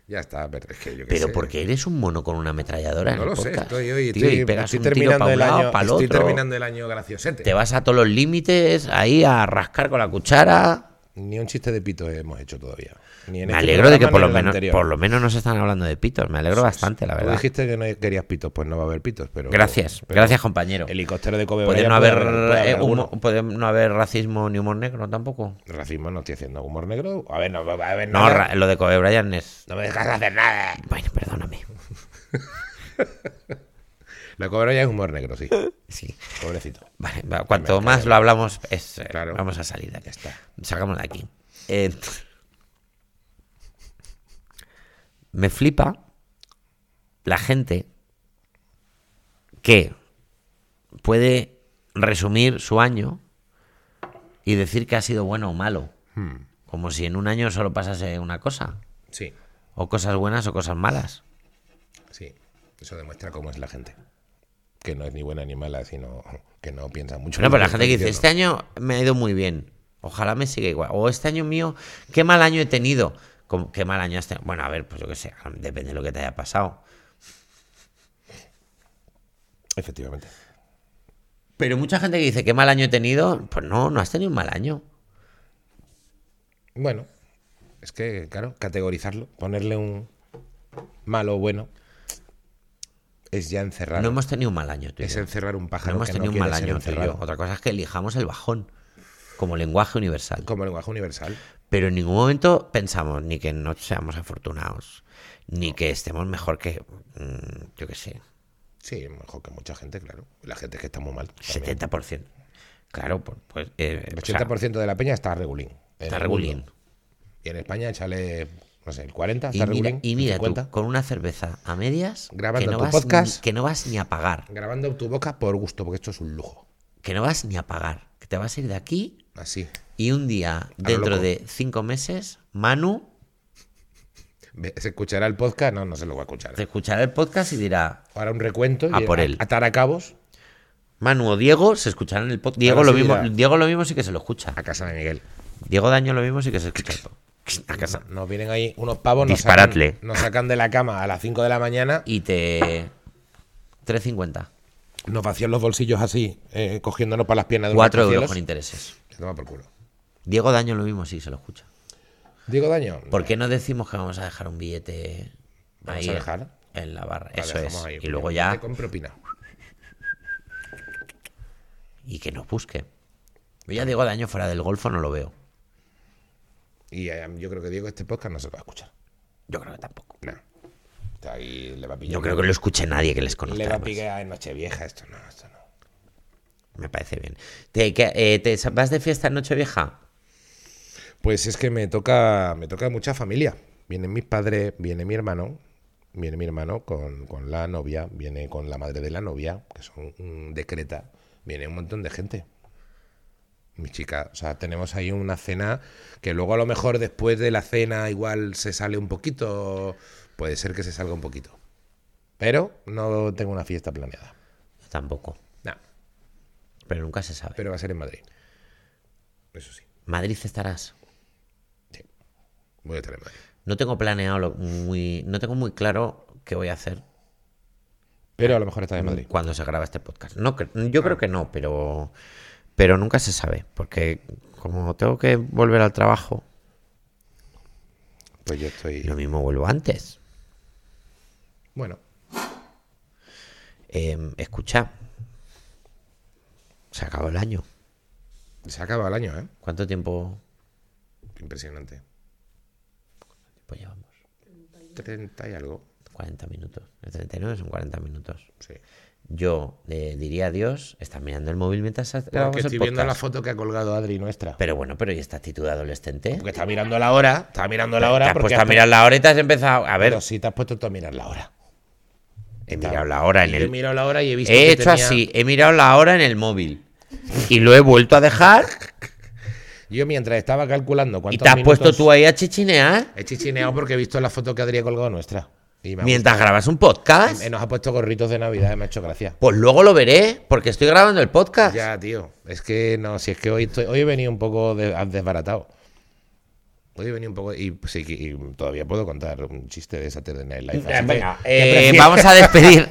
[SPEAKER 2] ya está, pero es que yo qué
[SPEAKER 1] Pero
[SPEAKER 2] sé.
[SPEAKER 1] porque eres un mono con una ametralladora. en
[SPEAKER 2] No
[SPEAKER 1] el
[SPEAKER 2] lo sé,
[SPEAKER 1] podcast.
[SPEAKER 2] estoy hoy
[SPEAKER 1] Tío,
[SPEAKER 2] estoy,
[SPEAKER 1] y pegas
[SPEAKER 2] estoy
[SPEAKER 1] un tiro
[SPEAKER 2] terminando
[SPEAKER 1] pa' un
[SPEAKER 2] el
[SPEAKER 1] lado,
[SPEAKER 2] año,
[SPEAKER 1] pa'l
[SPEAKER 2] estoy
[SPEAKER 1] otro.
[SPEAKER 2] terminando el año graciosete.
[SPEAKER 1] Te vas a todos los límites ahí a rascar con la cuchara.
[SPEAKER 2] Ni un chiste de pito hemos hecho todavía. Ni en
[SPEAKER 1] Me
[SPEAKER 2] este
[SPEAKER 1] alegro de que por
[SPEAKER 2] programa ni
[SPEAKER 1] lo,
[SPEAKER 2] en el
[SPEAKER 1] menos,
[SPEAKER 2] anterior.
[SPEAKER 1] por lo menos nos están hablando de pitos. Me alegro bastante, la
[SPEAKER 2] Tú
[SPEAKER 1] verdad.
[SPEAKER 2] dijiste que no querías pitos, pues no va a haber pitos, pero
[SPEAKER 1] Gracias,
[SPEAKER 2] pero
[SPEAKER 1] gracias compañero.
[SPEAKER 2] Helicóptero de Kobe
[SPEAKER 1] Puede
[SPEAKER 2] Bryant
[SPEAKER 1] no
[SPEAKER 2] puede
[SPEAKER 1] haber,
[SPEAKER 2] puede haber
[SPEAKER 1] eh,
[SPEAKER 2] alguno.
[SPEAKER 1] humo- puede no haber racismo ni humor negro tampoco.
[SPEAKER 2] Racismo no estoy haciendo humor negro. A ver, no, a ver,
[SPEAKER 1] No,
[SPEAKER 2] nada.
[SPEAKER 1] ra- lo de Kobe Bryant es.
[SPEAKER 2] No me dejas hacer nada.
[SPEAKER 1] Bueno, perdóname.
[SPEAKER 2] La Kobe Bryant es humor negro, sí.
[SPEAKER 1] Sí.
[SPEAKER 2] Pobrecito.
[SPEAKER 1] Vale, va, cuanto más lo hablamos, es, eh,
[SPEAKER 2] Claro.
[SPEAKER 1] vamos a salir de aquí.
[SPEAKER 2] Ya está.
[SPEAKER 1] Sacamos de aquí. Eh, me flipa la gente que puede resumir su año y decir que ha sido bueno o malo. Como si en un año solo pasase una cosa.
[SPEAKER 2] Sí,
[SPEAKER 1] O cosas buenas o cosas malas.
[SPEAKER 2] sí. Eso demuestra cómo es la gente. Que no es ni buena ni mala, sino que no piensa mucho.
[SPEAKER 1] Bueno,
[SPEAKER 2] en
[SPEAKER 1] pero
[SPEAKER 2] lo
[SPEAKER 1] la gente que dice, este
[SPEAKER 2] está
[SPEAKER 1] año me ha ido muy bien, ojalá me siga igual. O este año mío, qué mal año he tenido. Como, ¿Qué mal año has tenido? Bueno, a ver, pues yo qué sé, depende de lo que te haya pasado. este-
[SPEAKER 2] diciendo. Efectivamente.
[SPEAKER 1] Pero mucha gente que dice, qué mal año he tenido, pues no, no has tenido un mal año.
[SPEAKER 2] Bueno, es que, claro, categorizarlo, ponerle un malo o bueno, es ya encerrar.
[SPEAKER 1] No hemos tenido un mal año, tú y
[SPEAKER 2] es
[SPEAKER 1] yo.
[SPEAKER 2] encerrar un
[SPEAKER 1] No
[SPEAKER 2] pájaro.
[SPEAKER 1] hemos
[SPEAKER 2] que
[SPEAKER 1] tenido
[SPEAKER 2] no
[SPEAKER 1] un mal
[SPEAKER 2] quiere ser
[SPEAKER 1] año, tú y yo.
[SPEAKER 2] encerrado,
[SPEAKER 1] Otra cosa es que elijamos el bajón como lenguaje universal.
[SPEAKER 2] Como lenguaje universal.
[SPEAKER 1] Pero en ningún momento pensamos ni que no seamos afortunados, ni que estemos mejor que, mm, yo qué sé,
[SPEAKER 2] Sí, mejor que mucha gente, claro. La gente que está muy mal. también.
[SPEAKER 1] 70%. Claro, pues... pues, eh,
[SPEAKER 2] El
[SPEAKER 1] o sea,
[SPEAKER 2] 80% de la peña está regulín. En
[SPEAKER 1] Está
[SPEAKER 2] el
[SPEAKER 1] regulín.
[SPEAKER 2] mundo. Y en España, échale, no sé, el 40,
[SPEAKER 1] Y
[SPEAKER 2] está
[SPEAKER 1] mira,
[SPEAKER 2] regulín.
[SPEAKER 1] y
[SPEAKER 2] el
[SPEAKER 1] mira tú,
[SPEAKER 2] 50.
[SPEAKER 1] con una cerveza a medias,
[SPEAKER 2] Grabando
[SPEAKER 1] que no,
[SPEAKER 2] tu
[SPEAKER 1] vas
[SPEAKER 2] podcast.
[SPEAKER 1] ni- que no vas ni a pagar,
[SPEAKER 2] Grabando tu boca por gusto, porque esto es un lujo.
[SPEAKER 1] que no vas ni a pagar, que te vas a ir de aquí
[SPEAKER 2] Así.
[SPEAKER 1] y un día, dentro
[SPEAKER 2] loco.
[SPEAKER 1] de cinco meses, Manu
[SPEAKER 2] Ve- ¿Se escuchará el podcast? No, no se lo va a escuchar.
[SPEAKER 1] te escuchará el podcast y dirá,
[SPEAKER 2] Ahora un recuento. y
[SPEAKER 1] A por él.
[SPEAKER 2] Ataracabos
[SPEAKER 1] Manu o Diego se escucharán el podcast. Diego,
[SPEAKER 2] Ahora
[SPEAKER 1] lo
[SPEAKER 2] sí
[SPEAKER 1] mismo,
[SPEAKER 2] dirá.
[SPEAKER 1] Diego lo mismo sí que se lo escucha.
[SPEAKER 2] a casa de Miguel.
[SPEAKER 1] Diego Daño lo mismo sí que se escucha el podcast. A casa.
[SPEAKER 2] Nos vienen ahí unos pavos. Nos
[SPEAKER 1] Disparadle.
[SPEAKER 2] sacan, nos sacan de la cama a las 5 de la mañana.
[SPEAKER 1] Y te... 3.50.
[SPEAKER 2] Nos vacían los bolsillos así, eh, cogiéndonos para las piernas de
[SPEAKER 1] 4
[SPEAKER 2] unos
[SPEAKER 1] euros con
[SPEAKER 2] rascacielos.
[SPEAKER 1] intereses.
[SPEAKER 2] Se toma por culo.
[SPEAKER 1] Diego Daño lo mismo sí se lo escucha.
[SPEAKER 2] Diego Daño.
[SPEAKER 1] ¿Por qué no decimos que vamos a dejar un billete
[SPEAKER 2] Vamos
[SPEAKER 1] ahí
[SPEAKER 2] a
[SPEAKER 1] en-
[SPEAKER 2] dejar.
[SPEAKER 1] En, la barra?
[SPEAKER 2] La
[SPEAKER 1] Eso es.
[SPEAKER 2] dejamos ahí,
[SPEAKER 1] y luego
[SPEAKER 2] porque te
[SPEAKER 1] ya.
[SPEAKER 2] compro opina.
[SPEAKER 1] Y que nos busque. Yo ya digo, daño fuera del golfo no lo veo.
[SPEAKER 2] Y eh, yo creo que Diego este podcast no se lo va a escuchar.
[SPEAKER 1] Yo creo que tampoco.
[SPEAKER 2] No. Está ahí le va a pillar.
[SPEAKER 1] Yo creo que lo escuche nadie que les conozca.
[SPEAKER 2] le va a
[SPEAKER 1] además.
[SPEAKER 2] pillar en Nochevieja esto, no, esto no.
[SPEAKER 1] Me parece bien. ¿Te, que- eh, te sa- vas de fiesta en Nochevieja?
[SPEAKER 2] Pues es que me toca, me toca mucha familia. Vienen mis padres, viene mi hermano, viene mi hermano con, con la novia, viene con la madre de la novia, que son mm, de Creta, viene un montón de gente. Mi chica, o sea, tenemos ahí una cena que luego a lo mejor después de la cena igual se sale un poquito, puede ser que se salga un poquito. Pero no tengo una fiesta planeada.
[SPEAKER 1] Yo tampoco.
[SPEAKER 2] Nah,
[SPEAKER 1] Pero nunca se sabe.
[SPEAKER 2] pero va a ser en Madrid. Eso sí,
[SPEAKER 1] Madrid estarás.
[SPEAKER 2] voy a estar en Madrid.
[SPEAKER 1] No tengo planeado lo- muy. No tengo muy claro qué voy a hacer
[SPEAKER 2] Pero a lo mejor estás en Madrid.
[SPEAKER 1] cuando se graba este podcast. No, cre- yo
[SPEAKER 2] Ah.
[SPEAKER 1] creo que no, pero, pero nunca se sabe, porque como tengo que volver al trabajo,
[SPEAKER 2] Pues yo estoy...
[SPEAKER 1] lo mismo vuelvo antes.
[SPEAKER 2] Bueno,
[SPEAKER 1] Eh, escucha, se acabó el año.
[SPEAKER 2] se acaba el año, ¿eh?
[SPEAKER 1] ¿Cuánto tiempo
[SPEAKER 2] Impresionante.
[SPEAKER 1] pues llevamos?
[SPEAKER 2] 30 y algo.
[SPEAKER 1] 40 minutos. El 39 son 40 minutos.
[SPEAKER 2] Sí.
[SPEAKER 1] yo eh, diría adiós, estás mirando el móvil mientras grabamos
[SPEAKER 2] Porque estoy
[SPEAKER 1] el
[SPEAKER 2] viendo la
[SPEAKER 1] podcast.
[SPEAKER 2] foto que ha colgado Adri nuestra.
[SPEAKER 1] Pero bueno, pero ¿y esta actitud adolescente?
[SPEAKER 2] Porque está mirando la hora, está mirando la hora.
[SPEAKER 1] te has
[SPEAKER 2] porque
[SPEAKER 1] puesto a mirar la hora y te has empezado... A ver,
[SPEAKER 2] Pero sí, te has puesto tú a mirar la hora.
[SPEAKER 1] he mirado la hora en
[SPEAKER 2] Yo
[SPEAKER 1] el...
[SPEAKER 2] He mirado la hora y he visto
[SPEAKER 1] He
[SPEAKER 2] que
[SPEAKER 1] hecho
[SPEAKER 2] tenía-
[SPEAKER 1] así, he mirado la hora en el móvil y lo he vuelto a dejar
[SPEAKER 2] Yo mientras estaba calculando
[SPEAKER 1] y
[SPEAKER 2] cuántos
[SPEAKER 1] te has
[SPEAKER 2] minutos-
[SPEAKER 1] puesto tú ahí a chichinear
[SPEAKER 2] He chichineado porque he visto la foto que Adri ha colgado nuestra. Y me ha
[SPEAKER 1] mientras grabas un podcast.
[SPEAKER 2] gustado. Eh, Nos ha puesto gorritos de Navidad, me ha hecho gracia.
[SPEAKER 1] Pues luego lo veré porque estoy grabando el podcast.
[SPEAKER 2] Ya, tío. Es que no, si es que hoy, estoy- hoy he venido un poco de- desbaratado. Hoy he venido un poco. Y, pues, sí, que- y todavía puedo contar un chiste de Saturday Night Live.
[SPEAKER 1] Eh,
[SPEAKER 2] así
[SPEAKER 1] venga,
[SPEAKER 2] que- que
[SPEAKER 1] eh,
[SPEAKER 2] prefiero-
[SPEAKER 1] vamos a despedir.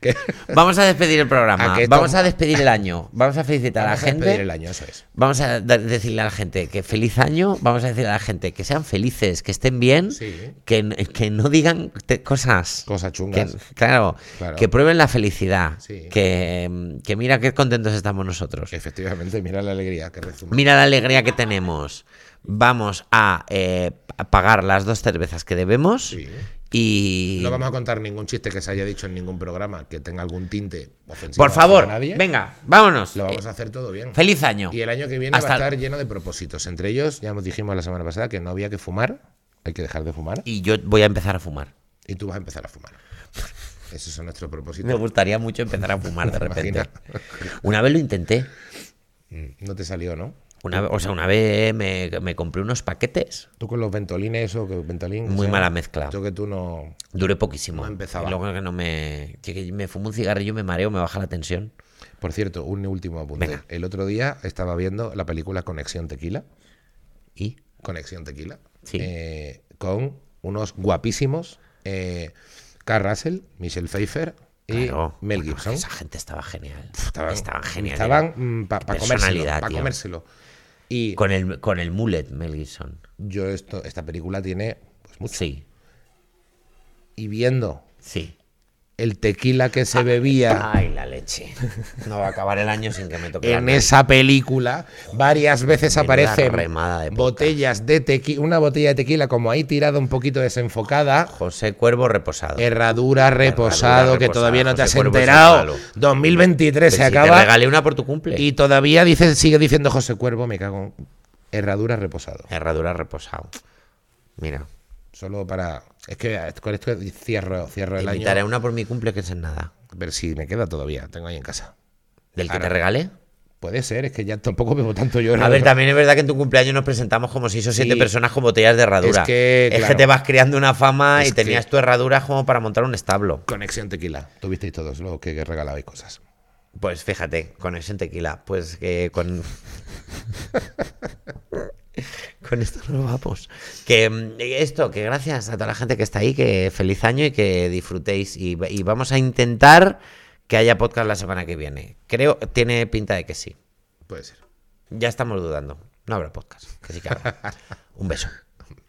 [SPEAKER 2] que-
[SPEAKER 1] Vamos a despedir el programa.
[SPEAKER 2] ¿A qué
[SPEAKER 1] Vamos
[SPEAKER 2] toma?
[SPEAKER 1] a despedir el año. Vamos a felicitar
[SPEAKER 2] Ah,
[SPEAKER 1] a
[SPEAKER 2] vamos a
[SPEAKER 1] la gente.
[SPEAKER 2] despedir el año, eso es.
[SPEAKER 1] Vamos a da- decirle a la gente que feliz año. Vamos a decirle a la gente que sean felices, que estén bien,
[SPEAKER 2] Sí.
[SPEAKER 1] que, n- que no digan te- cosas.
[SPEAKER 2] Cosas
[SPEAKER 1] Que-
[SPEAKER 2] chungas.
[SPEAKER 1] claro,
[SPEAKER 2] Claro.
[SPEAKER 1] que prueben la felicidad.
[SPEAKER 2] Sí.
[SPEAKER 1] Que, mm, que mira qué contentos estamos nosotros.
[SPEAKER 2] Efectivamente, mira la alegría que resume.
[SPEAKER 1] Mira la alegría que tenemos. Vamos a, eh, a pagar las dos cervezas que debemos
[SPEAKER 2] Sí.
[SPEAKER 1] y...
[SPEAKER 2] No vamos a contar ningún chiste que se haya dicho en ningún programa que tenga algún tinte ofensivo.
[SPEAKER 1] Por favor,
[SPEAKER 2] para nadie.
[SPEAKER 1] venga, vámonos.
[SPEAKER 2] Lo vamos
[SPEAKER 1] Eh,
[SPEAKER 2] a hacer todo bien.
[SPEAKER 1] Feliz año.
[SPEAKER 2] Y el año que viene va
[SPEAKER 1] Hasta-
[SPEAKER 2] a estar lleno de propósitos. Entre ellos, ya nos dijimos la semana pasada que no había que fumar, hay que dejar de fumar,
[SPEAKER 1] Y yo voy a empezar a fumar.
[SPEAKER 2] y tú vas a empezar a fumar. Esos son nuestros propósitos.
[SPEAKER 1] Me gustaría mucho empezar a fumar de
[SPEAKER 2] ¿Te
[SPEAKER 1] repente.
[SPEAKER 2] imaginas?
[SPEAKER 1] Una vez lo intenté.
[SPEAKER 2] Mm, No te salió, ¿no?
[SPEAKER 1] Una, ve- o sea, una vez me, me compré unos paquetes.
[SPEAKER 2] Tú con los ventolines o que ventolín.
[SPEAKER 1] Muy mala mezcla.
[SPEAKER 2] Yo que tú no.
[SPEAKER 1] Duré poquísimo.
[SPEAKER 2] No empezaba.
[SPEAKER 1] Y luego que no me. que- que me fumo un cigarrillo, me mareo, me baja la tensión.
[SPEAKER 2] Por cierto, un último apunte.
[SPEAKER 1] Venga.
[SPEAKER 2] El otro día estaba viendo la película Conexión Tequila.
[SPEAKER 1] Y.
[SPEAKER 2] Conexión Tequila.
[SPEAKER 1] Sí.
[SPEAKER 2] eh, con unos guapísimos. Eh, Carl Russell, Michelle Pfeiffer y
[SPEAKER 1] claro,
[SPEAKER 2] Mel
[SPEAKER 1] bueno,
[SPEAKER 2] Gibson.
[SPEAKER 1] Esa gente estaba genial.
[SPEAKER 2] Estaban,
[SPEAKER 1] genial.
[SPEAKER 2] para comérselo.
[SPEAKER 1] Personalidad,
[SPEAKER 2] pa'
[SPEAKER 1] tío.
[SPEAKER 2] comérselo. Y
[SPEAKER 1] Con el, con el mullet, Mel Gibson.
[SPEAKER 2] yo esto, esta película tiene pues, mucho.
[SPEAKER 1] Sí,
[SPEAKER 2] Y viendo
[SPEAKER 1] sí.
[SPEAKER 2] el tequila que
[SPEAKER 1] Ah,
[SPEAKER 2] se bebía
[SPEAKER 1] Ay, la leche. No va a acabar el año sin que me toque. la
[SPEAKER 2] en
[SPEAKER 1] nariz.
[SPEAKER 2] esa película, varias veces
[SPEAKER 1] menuda
[SPEAKER 2] aparecen
[SPEAKER 1] remada de podcast.
[SPEAKER 2] botellas de tequila, una botella de tequila como ahí tirada un poquito desenfocada.
[SPEAKER 1] José Cuervo reposado.
[SPEAKER 2] Herradura reposado, que
[SPEAKER 1] reposada,
[SPEAKER 2] todavía no te has
[SPEAKER 1] José Cuervo es el
[SPEAKER 2] enterado.
[SPEAKER 1] malo.
[SPEAKER 2] 2023 se
[SPEAKER 1] Pero si Te
[SPEAKER 2] acaba
[SPEAKER 1] regalé una por tu cumple.
[SPEAKER 2] y todavía dice, sigue diciendo José Cuervo, me cago. en- Herradura reposado.
[SPEAKER 1] Herradura reposado. Mira.
[SPEAKER 2] Solo para. Es que eh, con esto cierro, cierro
[SPEAKER 1] Te
[SPEAKER 2] el año.
[SPEAKER 1] invitaré a una por mi cumple que es en nada.
[SPEAKER 2] Ver si me queda todavía. Tengo ahí en casa.
[SPEAKER 1] Del que
[SPEAKER 2] Ahora-
[SPEAKER 1] te regalé.
[SPEAKER 2] Puede ser, es que ya tampoco bebo tanto yo.
[SPEAKER 1] A ver, también es verdad que en tu cumpleaños nos presentamos como seis o siete
[SPEAKER 2] Sí.
[SPEAKER 1] personas con botellas de herradura.
[SPEAKER 2] Es que, claro.
[SPEAKER 1] te vas creando una fama
[SPEAKER 2] Es
[SPEAKER 1] y tenías
[SPEAKER 2] que-
[SPEAKER 1] tu herradura como para montar un establo.
[SPEAKER 2] Conexión tequila. Tuvisteis todos los que, que regalabais cosas.
[SPEAKER 1] Pues fíjate, conexión tequila. Pues que con. con esto nos vamos. Que mm, esto, que gracias a toda la gente que está ahí, que feliz año y que disfrutéis. Y, va- y vamos a intentar que haya podcast la semana que viene. Creo, tiene pinta de que sí.
[SPEAKER 2] Puede ser.
[SPEAKER 1] Ya estamos dudando. No habrá podcast. Que sí que habrá. Un beso.